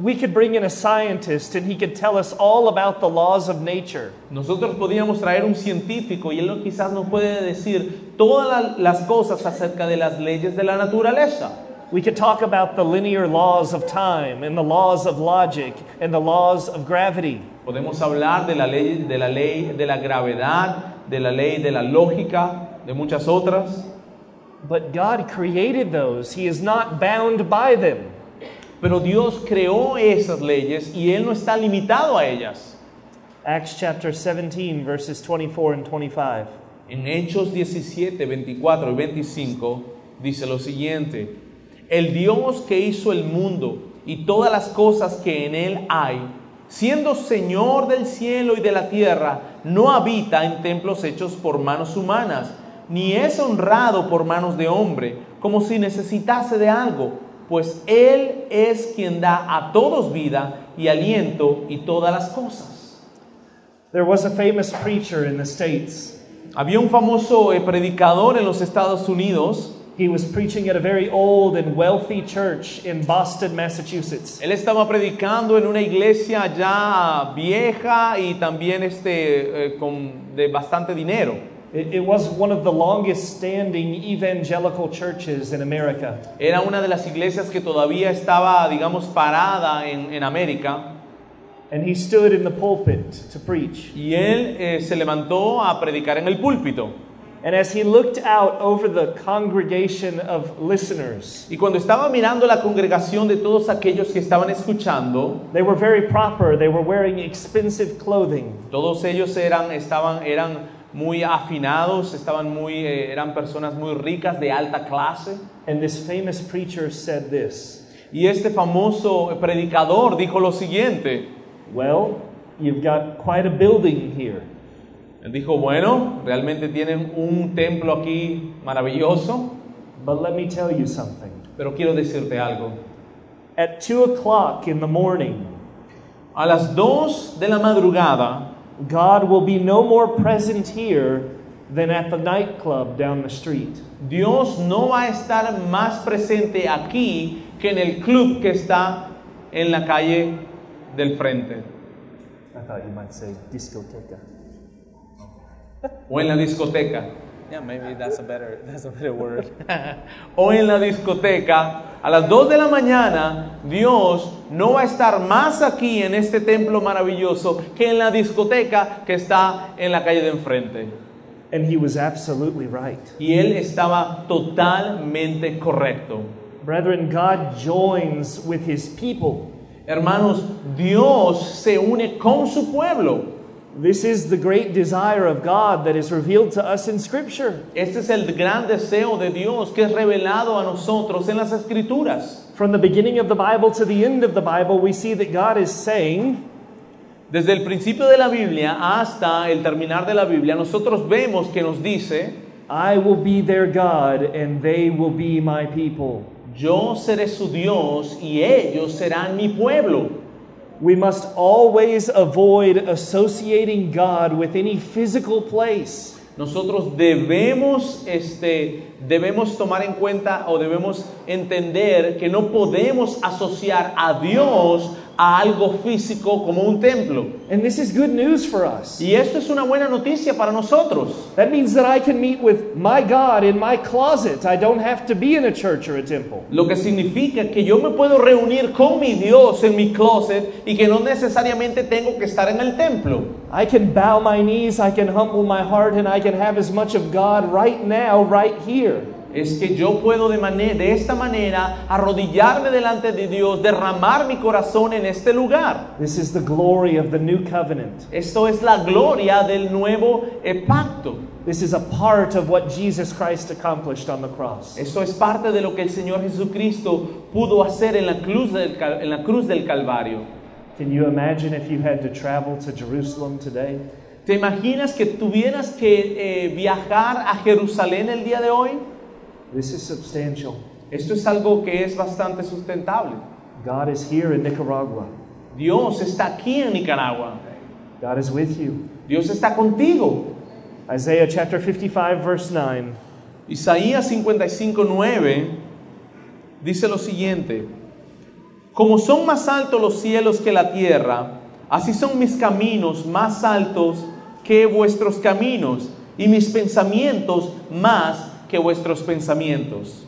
S1: We could bring in a scientist and he could tell us all about the laws of nature.
S2: Nosotros podríamos traer un científico y él no- quizás nos puede decir todas la- las cosas acerca de las leyes de la naturaleza.
S1: We could talk about the linear laws of time and the laws of logic and the laws of gravity.
S2: Podemos hablar de la ley de la ley de la gravedad, de la ley de la lógica, de muchas otras,
S1: But God created those, He is not bound by them.
S2: pero Dios creó esas leyes y él no está limitado a ellas.
S1: Acts chapter 17, verses 24 and 25.
S2: En Hechos 17, 24 y 25 dice lo siguiente, el Dios que hizo el mundo y todas las cosas que en él hay, siendo Señor del cielo y de la tierra, no habita en templos hechos por manos humanas, ni es honrado por manos de hombre, como si necesitase de algo, pues Él es quien da a todos vida y aliento y todas las cosas.
S1: There was a famous preacher in the States.
S2: Había un famoso eh, predicador en los Estados Unidos,
S1: He was preaching at a very old and wealthy church in Boston, Massachusetts.
S2: Él estaba predicando en una iglesia ya vieja y también este, eh, con, de bastante dinero.
S1: It, it was one of the longest standing evangelical churches in America.
S2: Era una de las iglesias que todavía estaba, digamos, parada en, en América.
S1: And he stood in the pulpit to preach.
S2: Y él eh, se levantó a predicar en el púlpito.
S1: And as he looked out over the congregation of listeners,
S2: Y cuando estaba mirando la congregación de todos aquellos que estaban escuchando,
S1: they were very proper. They were wearing expensive clothing.
S2: todos ellos eran, estaban, eran muy afinados, estaban muy, eh, eran personas muy ricas, de alta clase.
S1: And this famous preacher said this
S2: Y este famoso predicador dijo lo siguiente.
S1: Well, you've got quite a building here.
S2: Él dijo, bueno, realmente tienen un templo aquí maravilloso,
S1: But let me tell you something.
S2: pero quiero decirte algo.
S1: At two o'clock in the morning,
S2: A las 2 de la madrugada,
S1: God will be no more present here than at the nightclub down the street.
S2: Dios no va a estar más presente aquí que en el club que está en la calle del frente
S1: I thought you might say discoteca.
S2: o en la discoteca.
S3: Yeah, maybe that's a better that's a better word.
S2: o en la discoteca, a las 2 de la mañana, Dios no va a estar más aquí en este templo maravilloso que en la discoteca que está en la calle de enfrente.
S1: And he was absolutely right.
S2: Y él estaba totalmente correcto.
S1: Brethren, God joins with his people.
S2: Hermanos, Dios se une con su pueblo.
S1: This is the great desire of God that is revealed to us in Scripture.
S2: Este es el gran deseo de Dios que es revelado a nosotros en las escrituras.
S1: From the beginning of the Bible to the end of the Bible, we see that God is saying,
S2: Desde el principio de la Biblia hasta el terminar de la Biblia, nosotros vemos que nos dice,
S1: I will be their God and they will be my people.
S2: Yo seré su Dios y ellos serán mi pueblo.
S1: We must always avoid associating God with any physical place.
S2: Nosotros debemos, este, debemos tomar en cuenta o debemos entender que no podemos asociar a Dios a algo físico como un templo.
S1: And this is good news for us.
S2: Y esto es una buena noticia para nosotros.
S1: That means that I can meet with my God in my closet. I don't have to be in a church or a temple.
S2: Lo que significa que yo me puedo reunir con mi Dios en mi closet y que no necesariamente tengo que estar en el templo.
S1: I can bow my knees, I can humble my heart, and I can have as much of God right now, right here.
S2: es que yo puedo de, mane- de esta manera arrodillarme delante de Dios, derramar mi corazón en este lugar.
S1: This is the glory of the new covenant.
S2: Esto es la gloria del nuevo eh, pacto.
S1: This is a part of what Jesus Christ accomplished on the cross.
S2: Eso es parte de lo que el Señor Jesucristo pudo hacer en la cruz del, cal- en la cruz del Calvario.
S1: Can you imagine if you had to travel to Jerusalem today?
S2: ¿Te imaginas que tuvieras que eh, viajar a Jerusalén el día de hoy?
S1: This is substantial.
S2: Esto es algo que es bastante sustentable.
S1: God is here in Nicaragua.
S2: Dios está aquí en Nicaragua.
S1: God is with you.
S2: Dios está contigo.
S1: Isaiah chapter 55, verse 9.
S2: Isaías 55:9 dice lo siguiente: Como son más altos los cielos que la tierra, así son mis caminos más altos que vuestros caminos, y mis pensamientos más que vuestros pensamientos.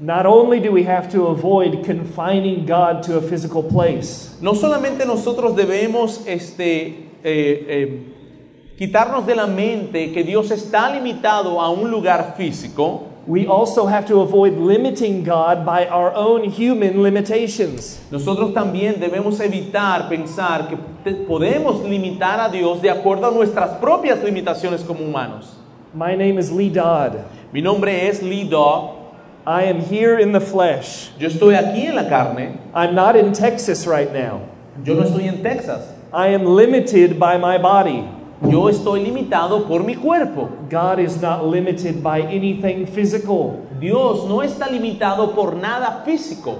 S1: Not only do we have to avoid confining God to a physical place,
S2: No solamente nosotros debemos este, eh, eh, quitarnos de la mente que Dios está limitado a un lugar físico,
S1: we also have to avoid limiting God by our own human limitations.
S2: Nosotros también debemos evitar pensar que te- podemos limitar a Dios de acuerdo a nuestras propias limitaciones como humanos.
S1: My name is Lee Dodd.
S2: Mi nombre es Lee Daw.
S1: I am here in the flesh.
S2: Yo estoy aquí en la carne.
S1: I'm not in Texas right now.
S2: Yo no estoy en Texas.
S1: I am limited by my body.
S2: Yo estoy limitado por mi cuerpo.
S1: God is not limited by anything physical.
S2: Dios no está limitado por nada físico.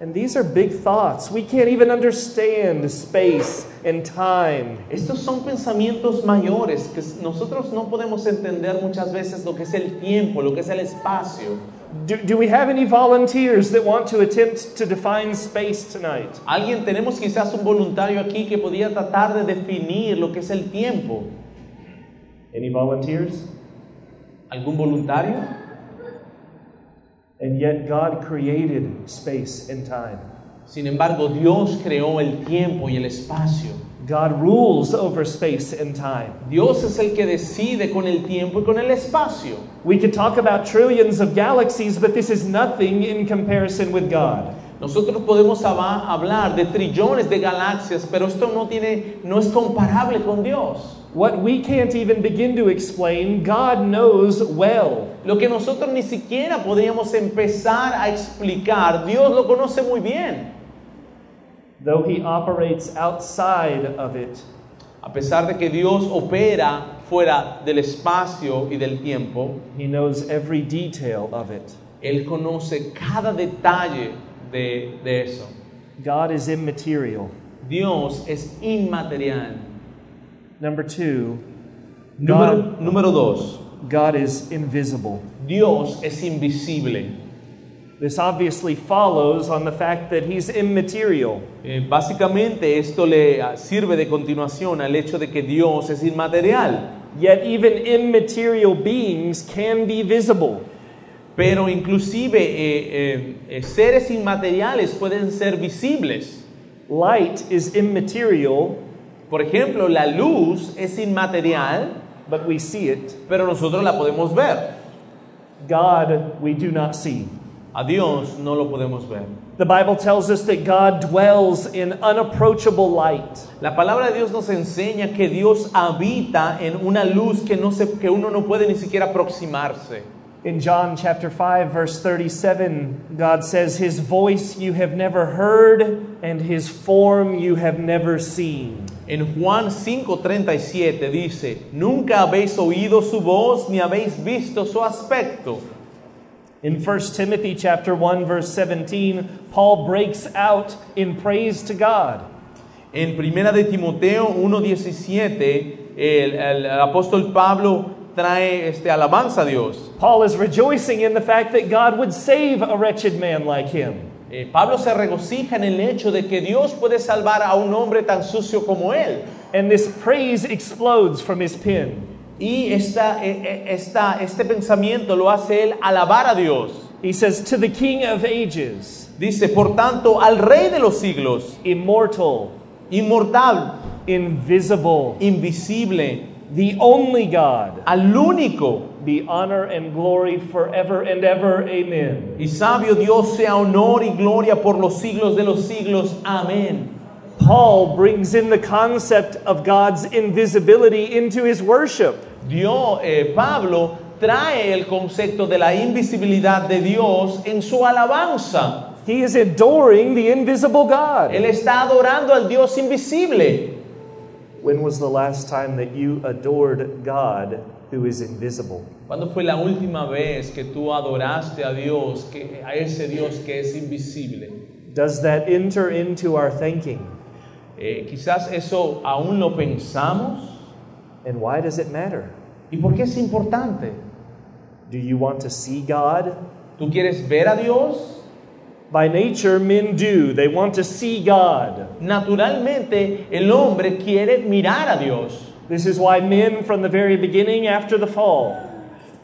S1: And these are big thoughts. We can't even understand space and time.
S2: Estos son pensamientos mayores que s- nosotros no podemos entender muchas veces lo que es el tiempo, lo que es el espacio.
S1: Do, do we have any volunteers that want to attempt to define space tonight?
S2: Alguien tenemos quizás un voluntario aquí que podía tratar de definir lo que es el tiempo.
S1: Any volunteers?
S2: ¿Algún voluntario?
S1: And yet, God created space and time.
S2: Sin embargo, Dios creó el tiempo y el espacio.
S1: God rules over space and time.
S2: Dios es el que decide con el tiempo y con el espacio.
S1: We could talk about trillions of galaxies, but this is nothing in comparison with God.
S2: Nosotros podemos haba- hablar de trillones de galaxias, pero esto no tiene no es comparable con Dios.
S1: What we can't even begin to explain, God knows well.
S2: Lo que nosotros ni siquiera podríamos empezar a explicar, Dios lo conoce muy bien.
S1: Though he operates outside of it,
S2: A pesar de que Dios opera fuera del espacio y del tiempo,
S1: he knows every detail of it.
S2: Él conoce cada detalle de, de eso.
S1: God is immaterial.
S2: Dios es inmaterial.
S1: Number two,
S2: Número,
S1: God,
S2: número dos,
S1: God is invisible.
S2: Dios es invisible.
S1: This obviously follows on the fact that he's immaterial.
S2: Eh, básicamente esto le ah, sirve de continuación al hecho de que Dios es inmaterial.
S1: Yet, even immaterial beings can be visible.
S2: Pero inclusive eh, eh, eh, seres inmateriales pueden ser visibles.
S1: Light is immaterial,
S2: Por ejemplo, la luz es inmaterial,
S1: but we see it.
S2: pero nosotros la podemos ver.
S1: God, we do not see.
S2: A Dios no lo podemos ver.
S1: The Bible tells us that God dwells in unapproachable light.
S2: La palabra de Dios nos enseña que Dios habita en una luz que, no se, que uno no puede ni siquiera aproximarse.
S1: In John chapter 5 verse 37, God says, "His voice you have never heard and his form you have never seen."
S2: En Juan 5:37 dice, nunca habéis oído su voz ni habéis visto su aspecto.
S1: In 1 Timothy chapter 1 verse 17, Paul breaks out in praise to God.
S2: En Primera de Timoteo 1:17, el, el apóstol Pablo trae este, alabanza a Dios.
S1: Paul is rejoicing in the fact that God would save a wretched man like him.
S2: Eh, Pablo se regocija en el hecho de que Dios puede salvar a un hombre tan sucio como él.
S1: And this praise explodes from his pen.
S2: Y esta, e- e- esta- este pensamiento lo hace él alabar a Dios.
S1: He says, "To the King of ages,
S2: Dice, por tanto, al Rey de los siglos,
S1: immortal,
S2: inmortal,
S1: invisible,
S2: invisible,
S1: the only God,
S2: al único
S1: be honor and glory forever and ever. Amen.
S2: y sabio Dios sea honor y gloria por los siglos de los siglos. Amén.
S1: Paul brings in the concept of God's invisibility into his worship.
S2: Dios, eh, Pablo trae el concepto de la invisibilidad de Dios en su alabanza.
S1: He is adoring the invisible God.
S2: Él está adorando al Dios invisible.
S1: When was the last time that you adored God who is invisible?
S2: ¿Cuándo fue la última vez que tú adoraste a Dios, que, a ese Dios que es invisible?
S1: Does that enter into our thinking?
S2: Eh, quizás eso aún lo pensamos.
S1: And why does it matter?
S2: ¿Y por qué es importante?
S1: Do you want to see God?
S2: ¿Tú quieres ver a Dios?
S1: By nature, men do. They want to see God.
S2: Naturalmente el hombre quiere mirar a Dios.
S1: This is why men, from the very beginning after the fall,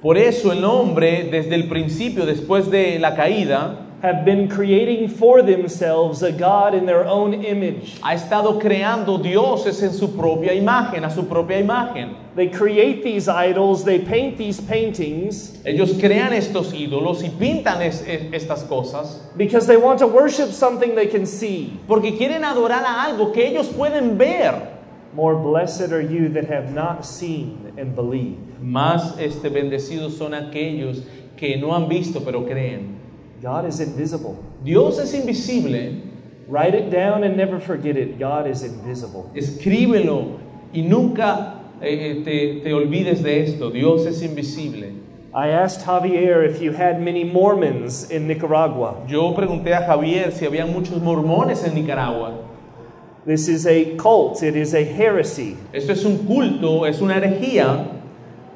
S2: Por eso el hombre desde el principio, después de la caída,
S1: have been creating for themselves a God in their own image.
S2: ha estado creando dioses en su propia imagen, a su propia imagen.
S1: They create these idols, they paint these paintings
S2: Ellos crean estos ídolos y pintan es- es- estas cosas
S1: because they want to worship something they can see.
S2: porque quieren adorar a algo que ellos pueden ver.
S1: More blessed are you that have not seen and believe.
S2: Más este, bendecidos son aquellos que no han visto pero creen.
S1: God is invisible.
S2: Dios es invisible,
S1: Write it down and never forget it. God is invisible.
S2: escríbelo y nunca eh, eh, te, te olvides de esto. Dios es invisible.
S1: I asked Javier if you had many Mormons in Nicaragua.
S2: Yo pregunté a Javier si había muchos mormones en Nicaragua.
S1: This is a cult, it is a heresy.
S2: Esto es un culto, es una herejía.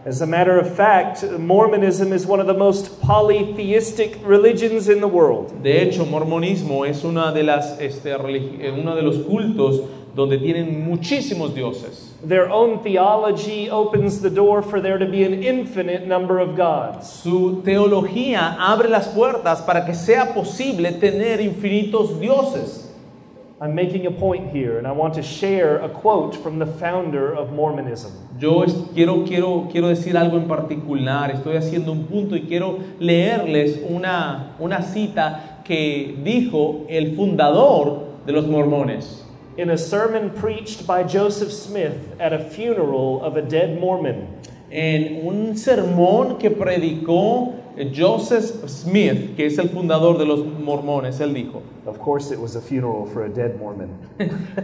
S1: As a matter of fact, Mormonism is one of the most polytheistic religions in the world.
S2: De hecho, mormonismo es una de las, este, religi- eh, uno de los cultos donde tienen muchísimos dioses.
S1: Their own theology opens the door for there to be an infinite number of gods.
S2: Su teología abre las puertas para que sea posible tener infinitos dioses.
S1: I'm making a point here, and I want to share a quote from the founder of Mormonism.
S2: Yo es- quiero, quiero, quiero decir algo en particular, estoy haciendo un punto y quiero leerles una, una cita que dijo el fundador de los mormones.
S1: In a sermon preached by Joseph Smith at a funeral of a dead Mormon,
S2: en un sermón que predicó Joseph Smith, que es el fundador de los mormones, él dijo,
S1: of course, it was a funeral for a dead Mormon.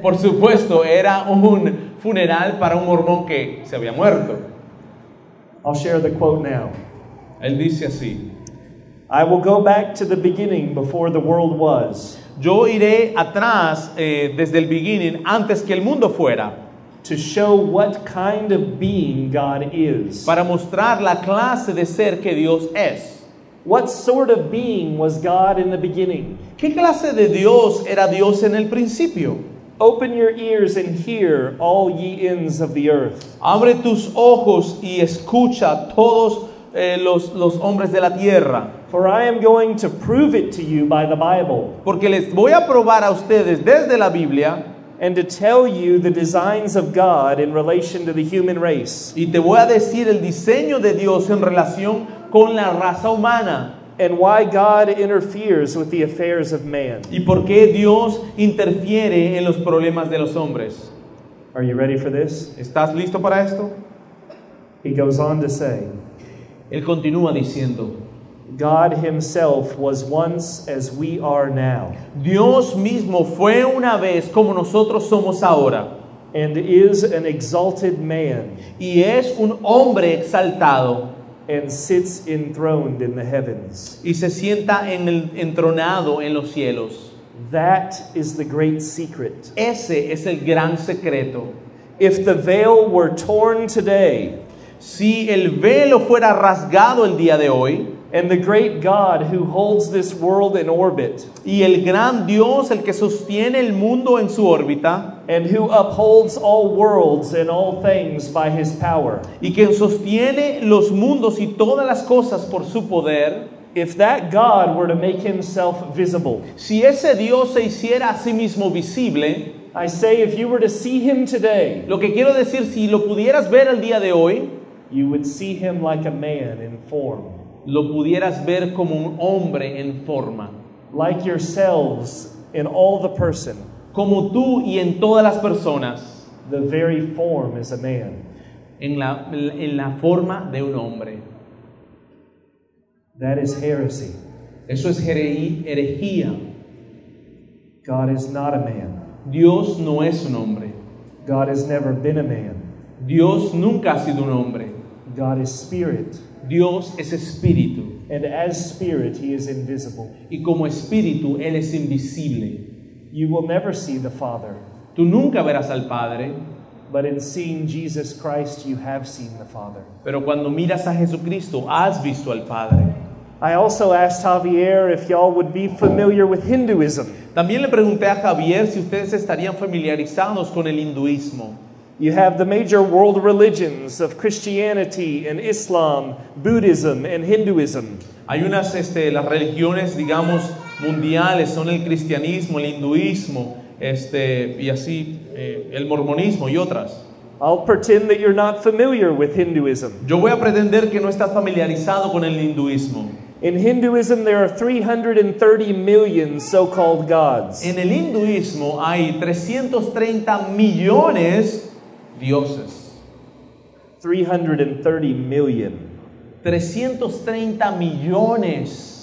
S2: por supuesto, era un funeral para un mormón que se había muerto.
S1: I'll share the quote now.
S2: Él dice así,
S1: I will go back to the beginning before the world was,
S2: yo iré atrás eh, desde el beginning, antes que el mundo fuera,
S1: to show what kind of being God is.
S2: para mostrar la clase de ser que Dios es.
S1: What sort of being was God in the beginning?
S2: ¿Qué clase de Dios era Dios en el principio?
S1: Open your ears and hear, all ye ends of the earth.
S2: Abre tus ojos y escucha a todos eh, los, los hombres de la tierra.
S1: For I am going to prove it to you by the Bible,
S2: Porque les voy a probar a ustedes desde la Biblia
S1: and to tell you the designs of God in relation to the human race,
S2: y te voy a decir el diseño de Dios en relación con la raza humana
S1: and why God interferes with the affairs of man.
S2: y por qué Dios interfiere en los problemas de los hombres.
S1: Are you ready for this?
S2: ¿Estás listo para esto?
S1: He goes on to say,
S2: Él continúa diciendo,
S1: God Himself was once as we are now,
S2: Dios mismo fue una vez como nosotros somos ahora
S1: and is an exalted man,
S2: y es un hombre exaltado
S1: and sits enthroned in the heavens.
S2: y se sienta en el entronado en los cielos.
S1: That is the great secret.
S2: Ese es el gran secreto.
S1: If the veil were torn today,
S2: Si el velo fuera rasgado el día de hoy
S1: and the great God who holds this world in orbit,
S2: y el gran Dios, el que sostiene el mundo en su órbita
S1: and who upholds all worlds and all things by His power,
S2: y quien sostiene los mundos y todas las cosas por su poder,
S1: if that God were to make Himself visible,
S2: si ese Dios se hiciera a sí mismo visible,
S1: I say if you were to see Him today,
S2: lo que quiero decir, si lo pudieras ver el día de hoy,
S1: you would see Him like a man in form.
S2: lo pudieras ver como un hombre en forma,
S1: like yourselves in all the person,
S2: como tú y en todas las personas.
S1: the very form is a man.
S2: en la, en la forma de un hombre.
S1: That is heresy.
S2: Eso es jere- herejía.
S1: God is not a man.
S2: Dios no es un hombre.
S1: God has never been a man.
S2: Dios nunca ha sido un hombre.
S1: God is spirit.
S2: Dios es espíritu.
S1: And as spirit, he is invisible.
S2: Y como espíritu, Él es invisible.
S1: You will never see the Father,
S2: Tú nunca verás al Padre,
S1: but in seeing Jesus Christ, you have seen the Father.
S2: pero cuando miras a Jesucristo, has visto al Padre.
S1: I also asked Javier if y'all would be familiar with Hinduism.
S2: También le pregunté a Javier si ustedes estarían familiarizados con el hinduismo.
S1: You have the major world religions of Christianity and Islam, Buddhism and Hinduism.
S2: Hay unas, este, las religiones, digamos, mundiales, son el cristianismo, el hinduismo, este, y así, eh, el mormonismo y otras.
S1: I'll pretend that you're not familiar with Hinduism.
S2: Yo voy a pretender que no estás familiarizado con el hinduismo.
S1: In Hinduism, there are 330 million so called gods.
S2: En el hinduismo hay 330 millones dioses.
S1: 330 million.
S2: 330 millones.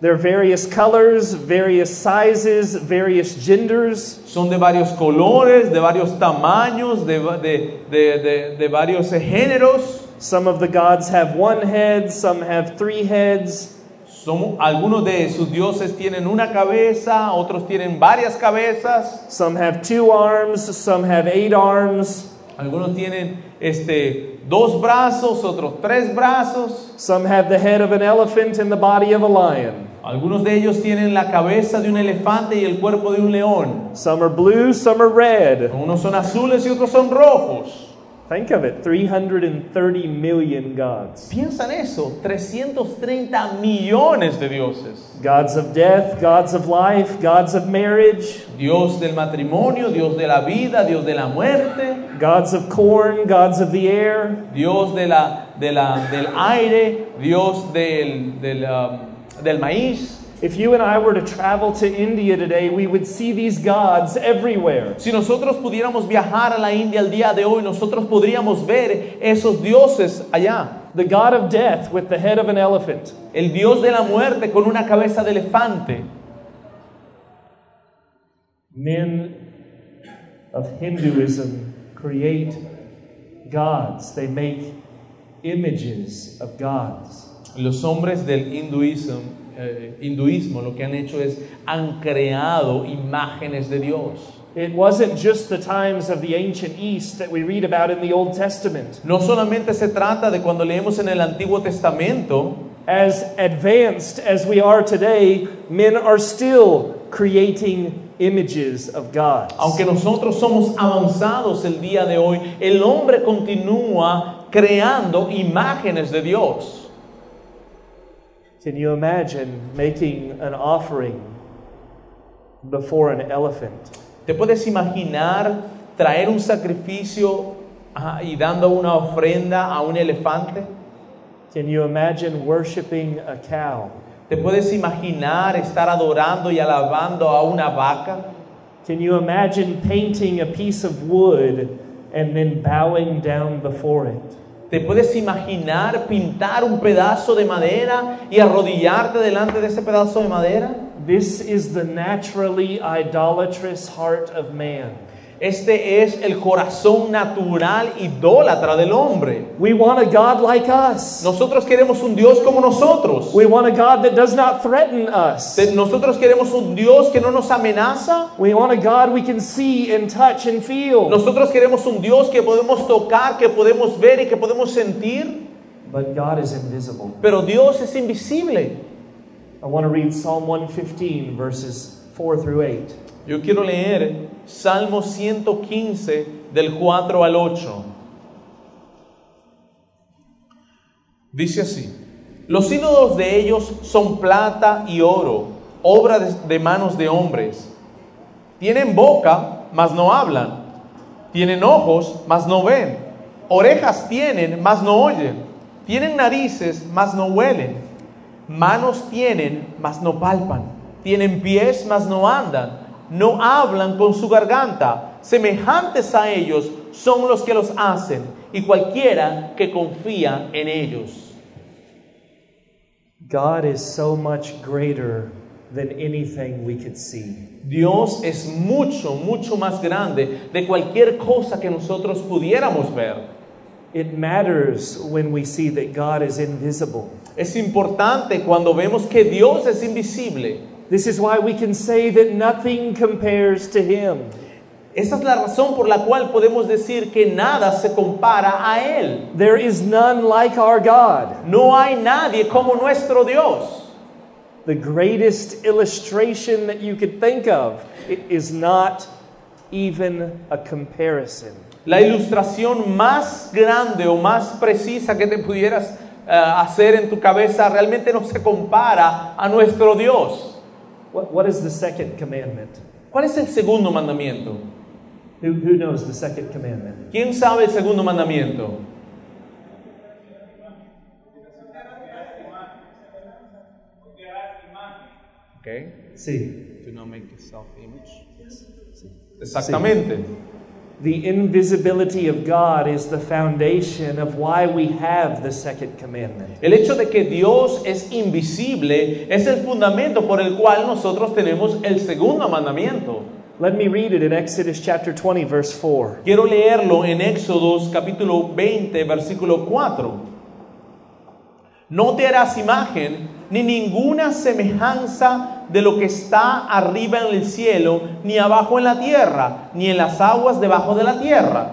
S1: There are various colors, various sizes, various genders.
S2: Son de varios colores, de varios tamaños, de, va- de- de- de- de varios eh, géneros.
S1: Some of the gods have one head, some have three heads.
S2: Son- algunos de sus dioses tienen una cabeza, otros tienen varias cabezas,
S1: Some have two arms, some have eight arms,
S2: algunos tienen este, dos brazos, otros tres brazos.
S1: some have the head of an elephant and the body of a lion.
S2: Algunos de ellos tienen la cabeza de un elefante y el cuerpo de un león.
S1: Some are blue, some are red.
S2: Unos son azules y otros son rojos.
S1: Think of it 330 million gods.
S2: Piensa en eso, 330 millones de dioses.
S1: Gods of death, gods of life, gods of marriage,
S2: Dios del matrimonio, Dios de la vida, Dios de la muerte,
S1: gods of corn, gods of the air,
S2: Dios de la, de la- del aire, Dios del, del, um, del maíz.
S1: If you and I were to travel to India today, we would see these gods everywhere.
S2: Si nosotros pudiéramos viajar a la India el día de hoy, nosotros podríamos ver esos dioses allá.
S1: The god of death with the head of an elephant,
S2: El Dios de la muerte con una cabeza de elefante.
S1: men of Hinduism create gods. They make images of gods.
S2: Los hombres del hinduismo, eh, hinduismo lo que han hecho es han creado imágenes de Dios.
S1: It wasn't just the times of the ancient East that we read about in the Old Testament.
S2: No solamente se trata de cuando leemos en el Antiguo Testamento,
S1: As advanced as we are today, men are still creating images of gods.
S2: aunque nosotros somos avanzados el día de hoy, el hombre continúa creando imágenes de Dios.
S1: Can you imagine making an offering before an elephant?
S2: ¿Te puedes imaginar traer un sacrificio ajá, y dando una ofrenda a un elefante?
S1: Can you imagine worshiping a cow?
S2: ¿Te puedes imaginar estar adorando y alabando a una vaca?
S1: Can you imagine painting a piece of wood and then bowing down before it?
S2: ¿Te puedes imaginar pintar un pedazo de madera y arrodillarte delante de ese pedazo de madera?
S1: This is the naturally idolatrous heart of man.
S2: Este es el corazón natural idólatra del hombre.
S1: We want a God like us.
S2: Nosotros queremos un Dios como nosotros.
S1: We want a God that does not threaten us.
S2: Te- Nosotros queremos un Dios que no nos amenaza.
S1: We want a God we can see and touch and feel.
S2: Nosotros queremos un Dios que podemos tocar, que podemos ver y que podemos sentir.
S1: But God is invisible.
S2: Pero Dios es invisible.
S1: I want to read Psalm 115, verses 4 through 8.
S2: Yo quiero leer Salmo 115 del 4 al 8. Dice así, los ídolos de ellos son plata y oro, obra de, de manos de hombres. Tienen boca, mas no hablan. Tienen ojos, mas no ven. Orejas tienen, mas no oyen. Tienen narices, mas no huelen. Manos tienen, mas no palpan. Tienen pies, mas no andan. No hablan con su garganta. Semejantes a ellos son los que los hacen y cualquiera que confía en ellos.
S1: God is so much greater than anything we could see.
S2: Dios es mucho, mucho más grande de cualquier cosa que nosotros pudiéramos ver.
S1: It matters when we see that God is invisible.
S2: Es importante cuando vemos que Dios es invisible.
S1: This is why we can say that nothing compares to Him.
S2: Esa es la razón por la cual podemos decir que nada se compara a Él.
S1: There is none like our God.
S2: No hay nadie como nuestro Dios.
S1: The greatest illustration that you could think of i- is not even a comparison.
S2: La ilustración más grande o más precisa que te pudieras eh, hacer en tu cabeza realmente no se compara a nuestro Dios.
S1: What, what is the second commandment?
S2: ¿Cuál es el segundo mandamiento?
S1: Who, who knows the second commandment?
S2: ¿Quién sabe el segundo mandamiento? Okay.
S1: See,
S3: Do not make yourself image.
S2: Exactamente.
S1: the invisibility of God is the foundation of why we have the second commandment.
S2: El hecho de que Dios es invisible es el fundamento por el cual nosotros tenemos el segundo mandamiento.
S1: Let me read it in Exodus chapter 20, verse 4.
S2: Quiero leerlo en Éxodos capítulo 20, versículo 4. No te harás imagen ni ninguna semejanza de lo que está arriba en el cielo, ni abajo en la tierra, ni en las aguas debajo de la tierra.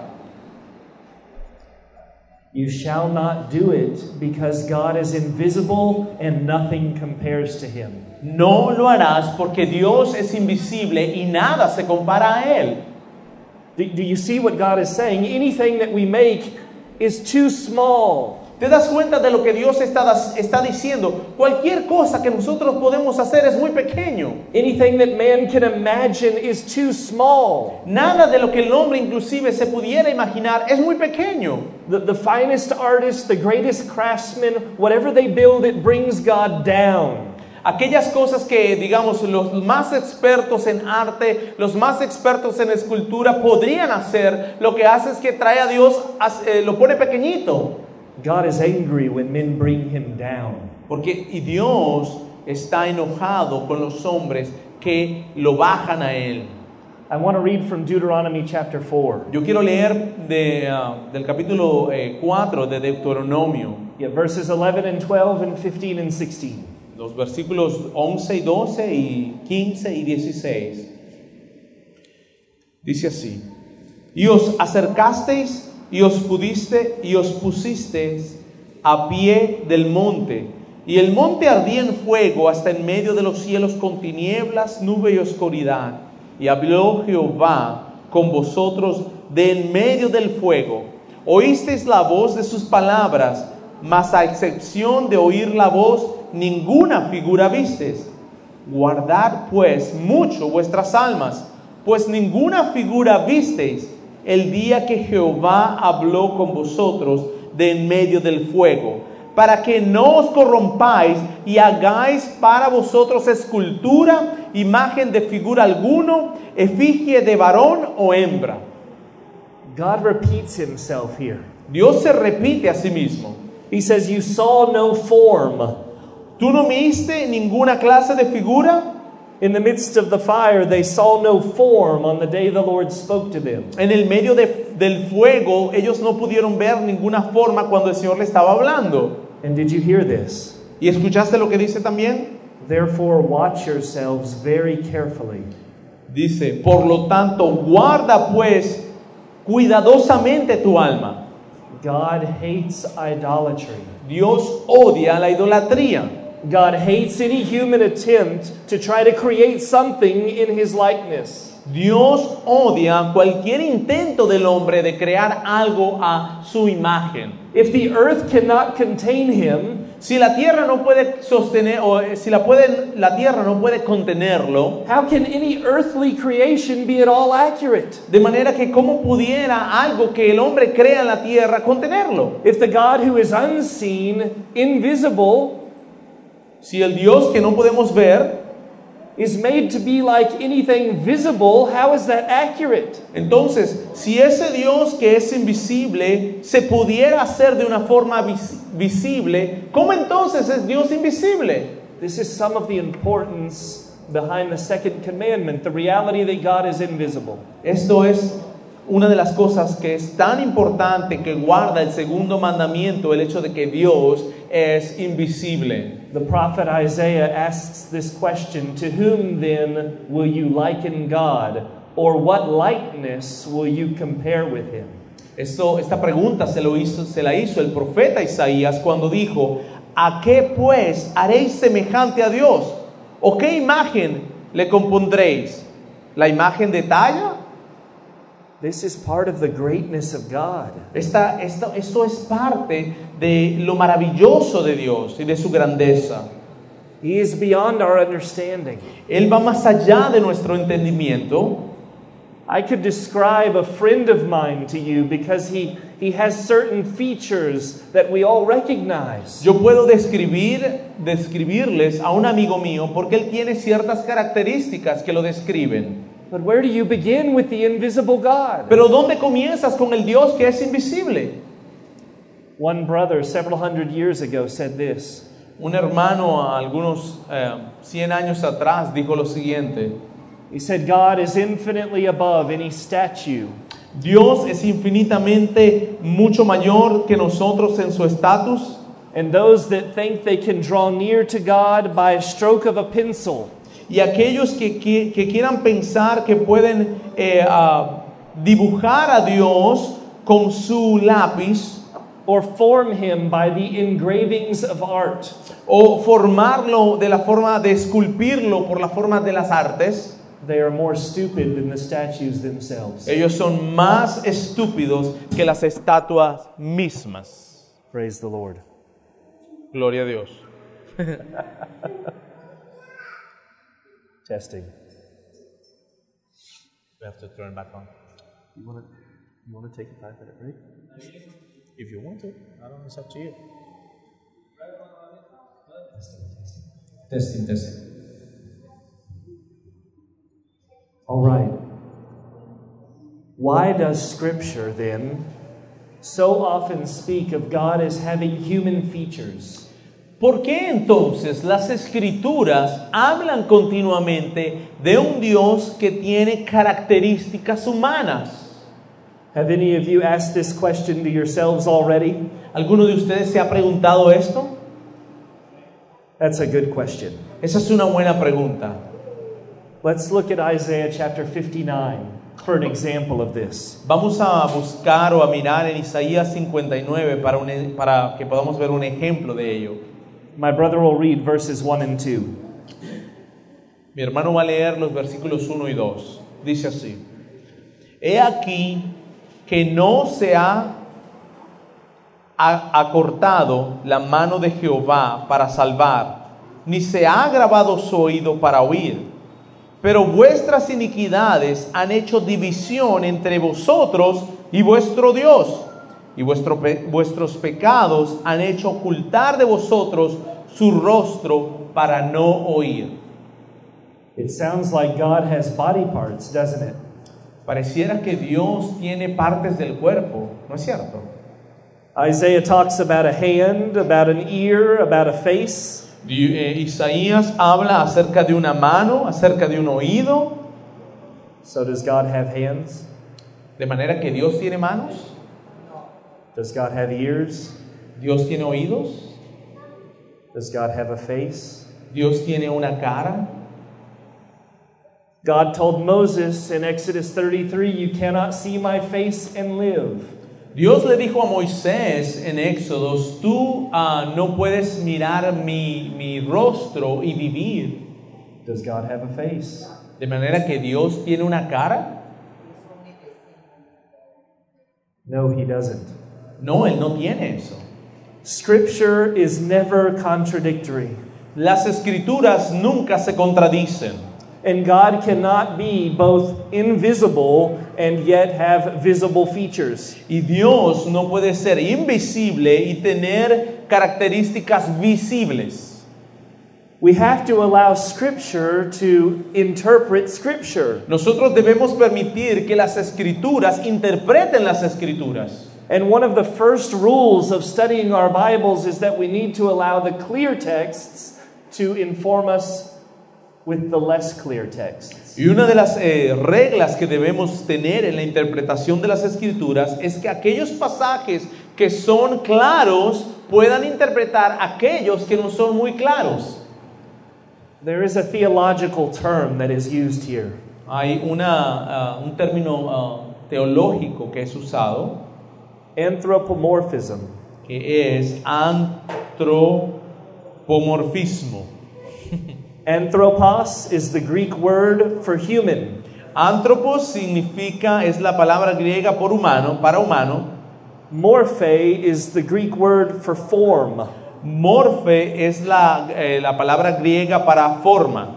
S1: You shall not do it because God is invisible and nothing compares to him.
S2: No lo harás porque Dios es invisible y nada se compara a Él.
S1: Do, do you see what God is saying? Anything that we make is too small.
S2: ¿Te das cuenta de lo que Dios está, está diciendo? Cualquier cosa que nosotros podemos hacer es muy pequeño.
S1: Anything that man can imagine is too small.
S2: Nada de lo que el hombre inclusive se pudiera imaginar es muy pequeño.
S1: The, the finest artist, the greatest craftsman, whatever they build, it brings God down.
S2: Aquellas cosas que, digamos, los más expertos en arte, los más expertos en escultura podrían hacer, lo que hace es que trae a Dios, hace- eh, lo pone pequeñito.
S1: God is angry when men bring him down.
S2: Porque y Dios está enojado con los hombres que lo bajan a Él.
S1: I want to read from Deuteronomy chapter 4,
S2: Yo quiero leer de, ah, del capítulo 4 de Deuteronomio,
S1: yeah, verses 11 and 12 and 15 and 16.
S2: los versículos 11 y 12 y 15 y 16. Dice así, y os acercasteis y os pudiste y os pusisteis a pie del monte, y el monte ardía en fuego hasta en medio de los cielos con tinieblas, nube y oscuridad, y habló Jehová con vosotros de en medio del fuego. Oísteis la voz de sus palabras, mas a excepción de oír la voz, ninguna figura vistes. Guardad pues mucho vuestras almas, pues ninguna figura visteis el día que Jehová habló con vosotros de en medio del fuego, para que no os corrompáis y hagáis para vosotros escultura, imagen de figura alguno, efigie de varón o hembra.
S1: God repeats himself here.
S2: Dios se repite a sí mismo.
S1: He says, You saw no form.
S2: ¿Tú no viste ninguna clase de figura?
S1: In the midst of the fire, they saw no form on the day the Lord spoke to them.
S2: En el medio de- del fuego, ellos no pudieron ver ninguna forma cuando el Señor le estaba hablando.
S1: And did you hear this?
S2: ¿Y escuchaste lo que dice también?
S1: Therefore, watch yourselves very carefully,
S2: Dice, por lo tanto, guarda pues cuidadosamente tu alma.
S1: God hates idolatry.
S2: Dios odia la idolatría.
S1: God hates any human attempt to try to create something in his likeness.
S2: Dios odia cualquier intento del hombre de crear algo a su imagen.
S1: If the earth cannot contain him,
S2: Si la tierra no puede sostener, o eh, si la, puede, la tierra no puede contenerlo,
S1: how can any earthly creation be at all accurate?
S2: De manera que cómo pudiera algo que el hombre crea en la tierra contenerlo.
S1: If the God who is unseen, invisible,
S2: Si el Dios que no podemos ver
S1: is made to be like anything visible, how is that accurate?
S2: Entonces, si ese Dios que es invisible se pudiera hacer de una forma vis- visible, ¿cómo entonces es Dios invisible?
S1: This is some of the importance behind the second commandment the reality that God is invisible.
S2: Esto es una de las cosas que es tan importante que guarda el segundo mandamiento, el hecho de que Dios es invisible.
S1: The prophet Isaiah asks this question To whom then will you liken God? Or what likeness will you compare with him?
S2: Esto- esta pregunta se, lo hizo- se la hizo el profeta Isaías cuando dijo, ¿a qué pues haréis semejante a Dios? ¿O qué imagen le compondréis? ¿La imagen de talla?
S1: This is part of the greatness of God.
S2: Esta, esto, esto es parte de lo maravilloso de Dios y de su grandeza.
S1: He is beyond our understanding.
S2: Él va más allá de nuestro entendimiento.
S1: I could describe a friend of mine to you because he, he has certain features that we all recognize.
S2: Yo puedo describir, describirles a un amigo mío porque él tiene ciertas características que lo describen.
S1: But where do you begin with the invisible God?
S2: Pero ¿dónde comienzas con el Dios que es invisible?
S1: One brother several hundred years ago said this
S2: Un hermano a algunos eh, 100 años atrás dijo lo siguiente,
S1: He said, God is infinitely above any statue,
S2: Dios es infinitamente mucho mayor que nosotros en su estatus
S1: and those that think they can draw near to God by a stroke of a pencil
S2: y aquellos que, qui- que quieran pensar que pueden eh, ah, dibujar a Dios con su lápiz
S1: or form him by the engravings of art
S2: o formarlo de la forma de esculpirlo por la forma de las artes,
S1: They are more stupid than the statues themselves.
S2: ellos son más estúpidos que las estatuas mismas.
S1: Praise the Lord.
S2: Gloria a Dios.
S1: Testing.
S2: We have to turn back on.
S3: You want to you want to take a five minute break? If you want to, I don't know. It's up to you.
S2: Testing, testing.
S1: All right. Why does Scripture then so often speak of God as having human features?
S2: ¿Por qué entonces las escrituras hablan continuamente de un Dios que tiene características humanas?
S1: Have any of you asked this question to yourselves already?
S2: ¿Alguno de ustedes se ha preguntado esto?
S1: That's a good question.
S2: Esa es una buena pregunta.
S1: Let's look at Isaiah chapter 59 for an example of this.
S2: Vamos a buscar o a mirar en Isaías 59 para, un- e, para que podamos ver un ejemplo de ello.
S1: My brother will read verses 1 and 2.
S2: Mi hermano va a leer los versículos 1 y 2. Dice así, He aquí que no se ha a- acortado la mano de Jehová para salvar, ni se ha agravado su oído para oír. Pero vuestras iniquidades han hecho división entre vosotros y vuestro Dios, y vuestro pe- vuestros pecados han hecho ocultar de vosotros su rostro para no oír.
S1: It sounds like God has body parts, doesn't it?
S2: Pareciera que Dios tiene partes del cuerpo, ¿no es cierto?
S1: Isaiah talks about a hand, about an ear, about a face.
S2: Di- eh, Isaías habla acerca de una mano, acerca de un oído,
S1: So, does God have hands?
S2: de manera que Dios tiene manos,
S1: Does God have ears?
S2: Dios tiene oídos,
S1: Does God have a face?
S2: Dios tiene una cara.
S1: God told Moses in Exodus 33, You cannot see my face and live.
S2: Dios le dijo a Moisés en Éxodos, tú ah, no puedes mirar mi, mi rostro y vivir,
S1: Does God have a face?
S2: de manera que Dios tiene una cara.
S1: No, he doesn't.
S2: No, Él no tiene eso.
S1: Scripture is never contradictory,
S2: Las escrituras nunca se contradicen.
S1: and God cannot be both invisible and yet have visible features.
S2: Y Dios no puede ser invisible y tener características visibles.
S1: We have to allow Scripture to interpret Scripture.
S2: Nosotros debemos permitir que las escrituras interpreten las escrituras.
S1: And one of the first rules of studying our Bibles is that we need to allow the clear texts to inform us with the less clear texts.
S2: Y una de las eh, reglas que debemos tener en la interpretación de las escrituras es que aquellos pasajes que son claros puedan interpretar aquellos que no son muy claros.
S1: There is a theological term that is used here.
S2: Hay una, ah, un término ah, teológico que es usado,
S1: anthropomorphism.
S2: que es antropomorfismo.
S1: Anthropos is the Greek word for human,
S2: Antropos significa, es la palabra griega por humano, para humano.
S1: morphe is the Greek word for form,
S2: Morfe es la, eh, la palabra griega para forma.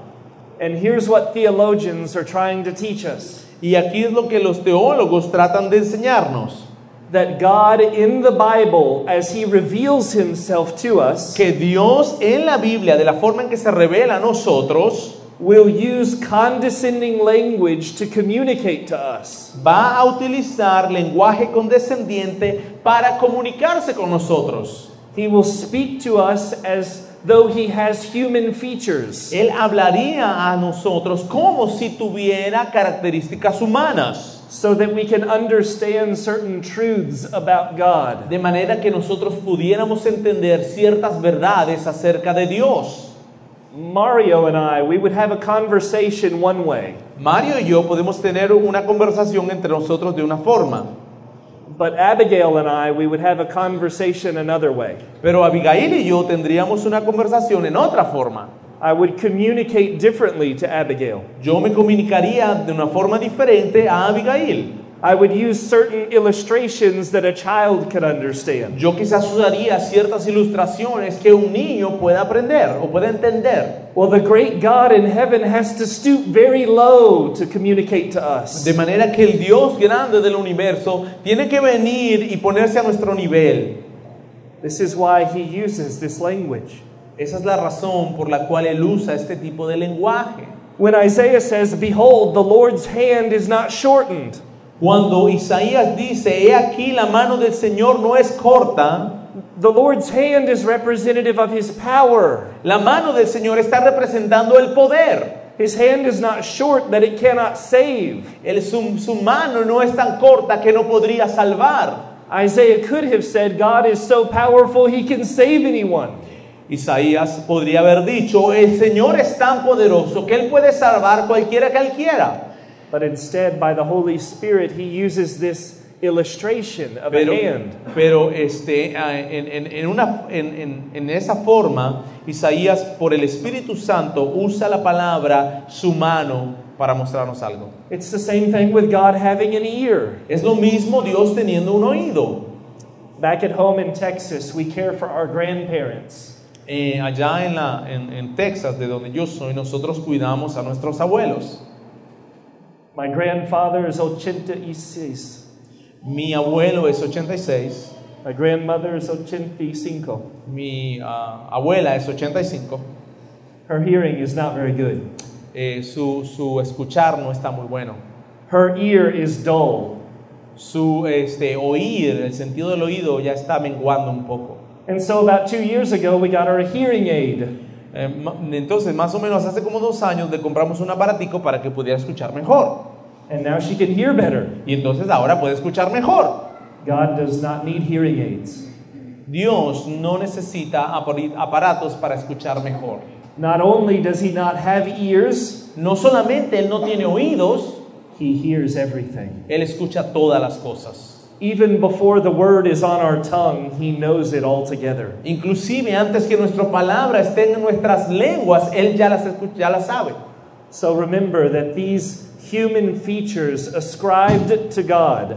S1: and here's what theologians are trying to teach us
S2: Y aquí es lo que los teólogos tratan de enseñarnos.
S1: that God in the Bible, as He reveals Himself to us,
S2: Que Dios en la Biblia, de la forma en que se revela a nosotros,
S1: will use condescending language to communicate to us.
S2: va a utilizar lenguaje condescendiente para comunicarse con nosotros.
S1: He will speak to us as though He has human features.
S2: Él hablaría a nosotros como si tuviera características humanas.
S1: so that we can understand certain truths about God.
S2: De manera que nosotros pudiéramos entender ciertas verdades acerca de Dios.
S1: Mario and I, we would have a conversation one way,
S2: Mario y yo podemos tener una conversación entre nosotros de una forma,
S1: but Abigail and I, we would have a conversation another way.
S2: pero Abigail y yo tendríamos una conversación en otra forma.
S1: I would communicate differently to Abigail.
S2: Yo me comunicaría de una forma diferente a Abigail.
S1: I would use certain illustrations that a child can understand.
S2: Yo quizás usaría ciertas ilustraciones que un niño pueda aprender o pueda entender.
S1: Well, the great God in heaven has to stoop very low to communicate to us.
S2: De manera que el Dios grande del universo tiene que venir y ponerse a nuestro nivel.
S1: This is why he uses this language.
S2: Esa es la razón por la cual él usa este tipo de lenguaje.
S1: When Isaiah says, Behold, the Lord's hand is not shortened.
S2: Cuando Isaías dice, he aquí la mano del Señor no es corta,
S1: The Lord's hand is representative of his power.
S2: la mano del Señor está representando el poder.
S1: His hand is not short that it cannot save.
S2: Él- su, su mano no es tan corta que no podría salvar.
S1: Isaiah could have said, God is so powerful he can save anyone.
S2: Isaías podría haber dicho, el Señor es tan poderoso que él puede salvar cualquiera que él quiera.
S1: But instead, by the Holy Spirit, he uses this illustration of
S2: Pero,
S1: a hand.
S2: pero este, ah, en, en- en una, en- en- en esa forma, Isaías por el Espíritu Santo usa la palabra su mano para mostrarnos algo.
S1: It's the same thing with God having an ear.
S2: Es lo mismo Dios teniendo un oído.
S1: Back at home in Texas, we care for our grandparents.
S2: Eh, allá en, la, en, en Texas, de donde yo soy, nosotros cuidamos a nuestros abuelos.
S1: My grandfather is ochenta
S2: Mi abuelo es 86,
S1: My grandmother is ochenta y cinco.
S2: mi ah, abuela es 85.
S1: Her hearing is not very good.
S2: Eh, su, su escuchar no está muy bueno.
S1: Her ear is dull.
S2: Su este, oír, el sentido del oído ya está menguando un poco.
S1: And so, about two years ago, we got her a hearing aid.
S2: Eh, ma- entonces, más o menos hace como dos años le compramos un aparatico para que pudiera escuchar mejor.
S1: And now she can hear better.
S2: Y entonces ahora puede escuchar mejor.
S1: God does not need hearing aids.
S2: Dios no necesita apari- aparatos para escuchar mejor.
S1: Not only does he not have ears,
S2: No solamente Él no tiene oídos,
S1: he hears everything.
S2: Él escucha todas las cosas.
S1: Even before the word is on our tongue, he knows it altogether.
S2: Inclusive antes que nuestra palabra esté en nuestras lenguas, Él ya las, escu- ya las sabe.
S1: So remember that these human features ascribed to God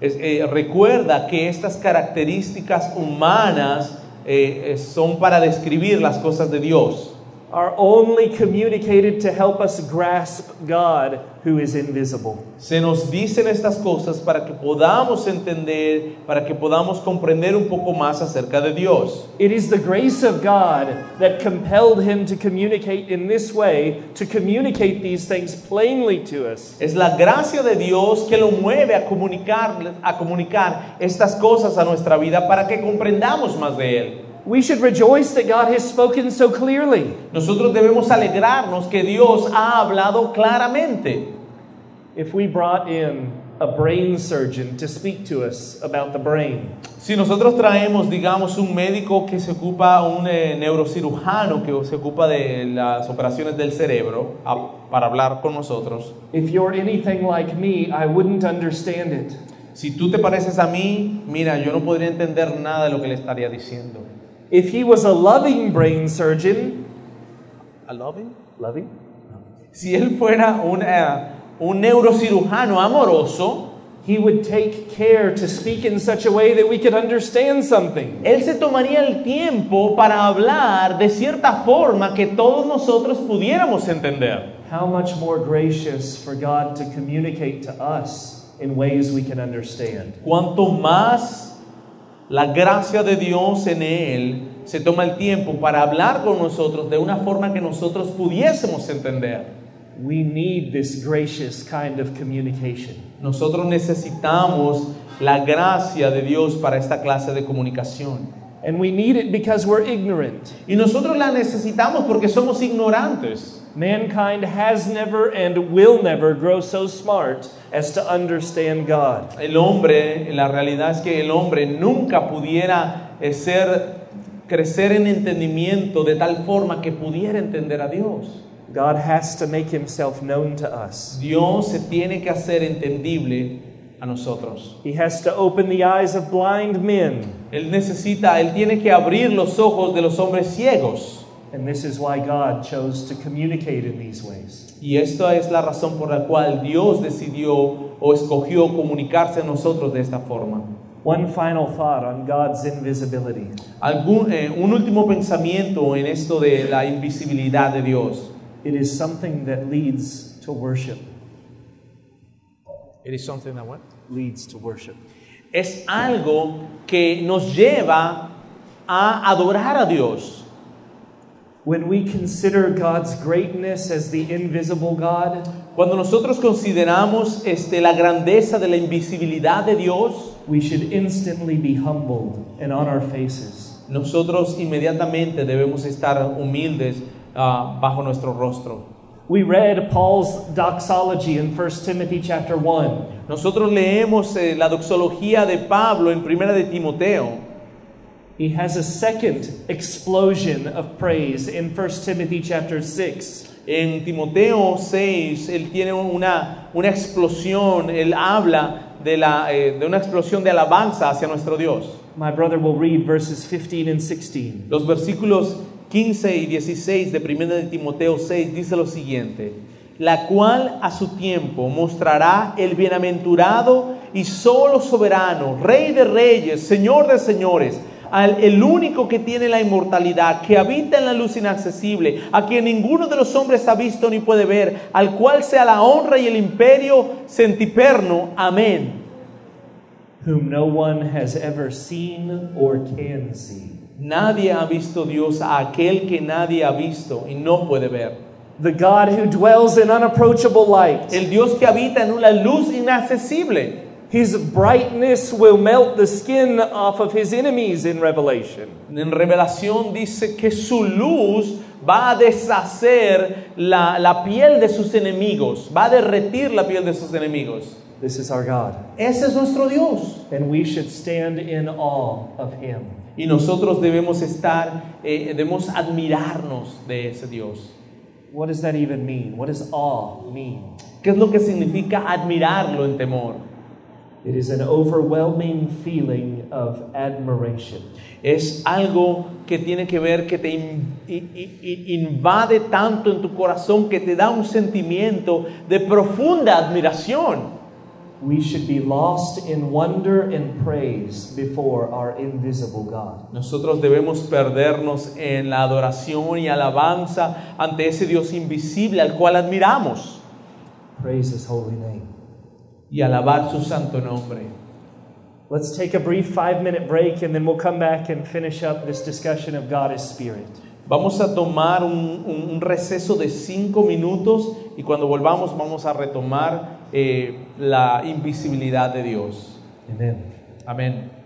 S2: Es- eh, recuerda que estas características humanas eh, eh, son para describir las cosas de Dios.
S1: are only communicated to help us grasp God who is invisible.
S2: Se nos dicen estas cosas para que podamos entender, para que podamos comprender un poco más acerca de Dios.
S1: It is the grace of God that compelled him to communicate in this way, to communicate these things plainly to us.
S2: Es la gracia de Dios que lo mueve a comunicar, a comunicar estas cosas a nuestra vida para que comprendamos más de Él.
S1: We should rejoice that God has spoken so clearly.
S2: Nosotros debemos alegrarnos que Dios ha hablado claramente.
S1: If we brought in a brain surgeon to speak to us about the brain,
S2: Si nosotros traemos, digamos, un médico que se ocupa, un eh, neurocirujano que se ocupa de las operaciones del cerebro a- para hablar con nosotros,
S1: if you're anything like me, I wouldn't understand it.
S2: si tú te pareces a mí, mira, yo no podría entender nada de lo que le estaría diciendo.
S1: If he was a loving brain surgeon,
S2: ¿A loving?
S1: loving?
S2: Si él fuera un, eh, un neurocirujano amoroso,
S1: He would take care to speak in such a way that we could understand something.
S2: Él se tomaría el tiempo para hablar de cierta forma que todos nosotros pudiéramos entender.
S1: How much more gracious for God to communicate to us in ways we can understand.
S2: Cuanto más la gracia de Dios en Él se toma el tiempo para hablar con nosotros de una forma que nosotros pudiésemos entender.
S1: We need this gracious kind of communication.
S2: Nosotros necesitamos la gracia de Dios para esta clase de comunicación.
S1: And we need it because we're ignorant.
S2: Y nosotros la necesitamos porque somos ignorantes.
S1: Mankind has never and will never grow so smart as to understand God.
S2: El hombre, la realidad es que el hombre nunca pudiera eh, ser, crecer en entendimiento de tal forma que pudiera entender a Dios.
S1: God has to make himself known to us.
S2: Dios se tiene que hacer entendible a nosotros.
S1: He has to open the eyes of blind men.
S2: Él necesita, él tiene que abrir los ojos de los hombres ciegos.
S1: And this is why God chose to communicate in these ways.
S2: Y esta es la razón por la cual Dios decidió o escogió comunicarse a nosotros de esta forma.
S1: One final thought on God's invisibility.
S2: Algún, eh, un último pensamiento en esto de la invisibilidad de Dios.
S1: It is something that leads to worship,
S3: It is something that what?
S1: leads to worship.
S2: es algo que nos lleva a adorar a Dios.
S1: When we consider God's greatness as the invisible God,
S2: Cuando nosotros consideramos este, la grandeza de la invisibilidad de Dios,
S1: we should instantly be humbled and on our faces.
S2: nosotros inmediatamente debemos estar humildes ah, bajo nuestro rostro.
S1: We read Paul's doxology in 1 Timothy chapter 1.
S2: Nosotros leemos eh, la doxología de Pablo en Primera de Timoteo.
S1: He has a second explosion of praise in 1 Timothy chapter 6.
S2: En Timoteo 6, él tiene una, una explosión, él habla de, la, eh, de una explosión de alabanza hacia nuestro Dios.
S1: My brother will read verses 15 and 16.
S2: Los versículos 15 y 16 de 1 de Timoteo 6 dice lo siguiente, la cual a su tiempo mostrará el bienaventurado y solo soberano, rey de reyes, señor de señores, al, el único que tiene la inmortalidad, que habita en la luz inaccesible, a quien ninguno de los hombres ha visto ni puede ver, al cual sea la honra y el imperio centiperno. Amén.
S1: Whom no one has ever seen or can see.
S2: Nadie ha visto Dios a aquel que nadie ha visto y no puede ver.
S1: The God who dwells in unapproachable light.
S2: El Dios que habita en una luz inaccesible.
S1: His brightness will melt the skin off of his enemies in Revelation.
S2: En Revelación dice que su luz va a deshacer la, la piel de sus enemigos, va a derretir la piel de sus enemigos.
S1: This is our God.
S2: Ese es nuestro Dios.
S1: And we should stand in awe of him.
S2: Y nosotros debemos estar, eh, debemos admirarnos de ese Dios.
S1: What does that even mean? What does awe mean?
S2: ¿Qué es lo que significa admirarlo en temor?
S1: It is an overwhelming feeling of admiration.
S2: Es algo que tiene que ver, que te in- i- i- i- invade tanto en tu corazón, que te da un sentimiento de profunda admiración.
S1: we should be lost in wonder and praise before our invisible God.
S2: Nosotros debemos perdernos en la adoración y alabanza ante ese Dios invisible al cual admiramos
S1: Praise His holy name.
S2: y alabar su santo nombre.
S1: Let's take a brief five minute break and then we'll come back and finish up this discussion of God as Spirit.
S2: Vamos a tomar un, un- un receso de cinco minutos y cuando volvamos vamos a retomar eh, la invisibilidad de Dios.
S1: Amen.
S2: Amén.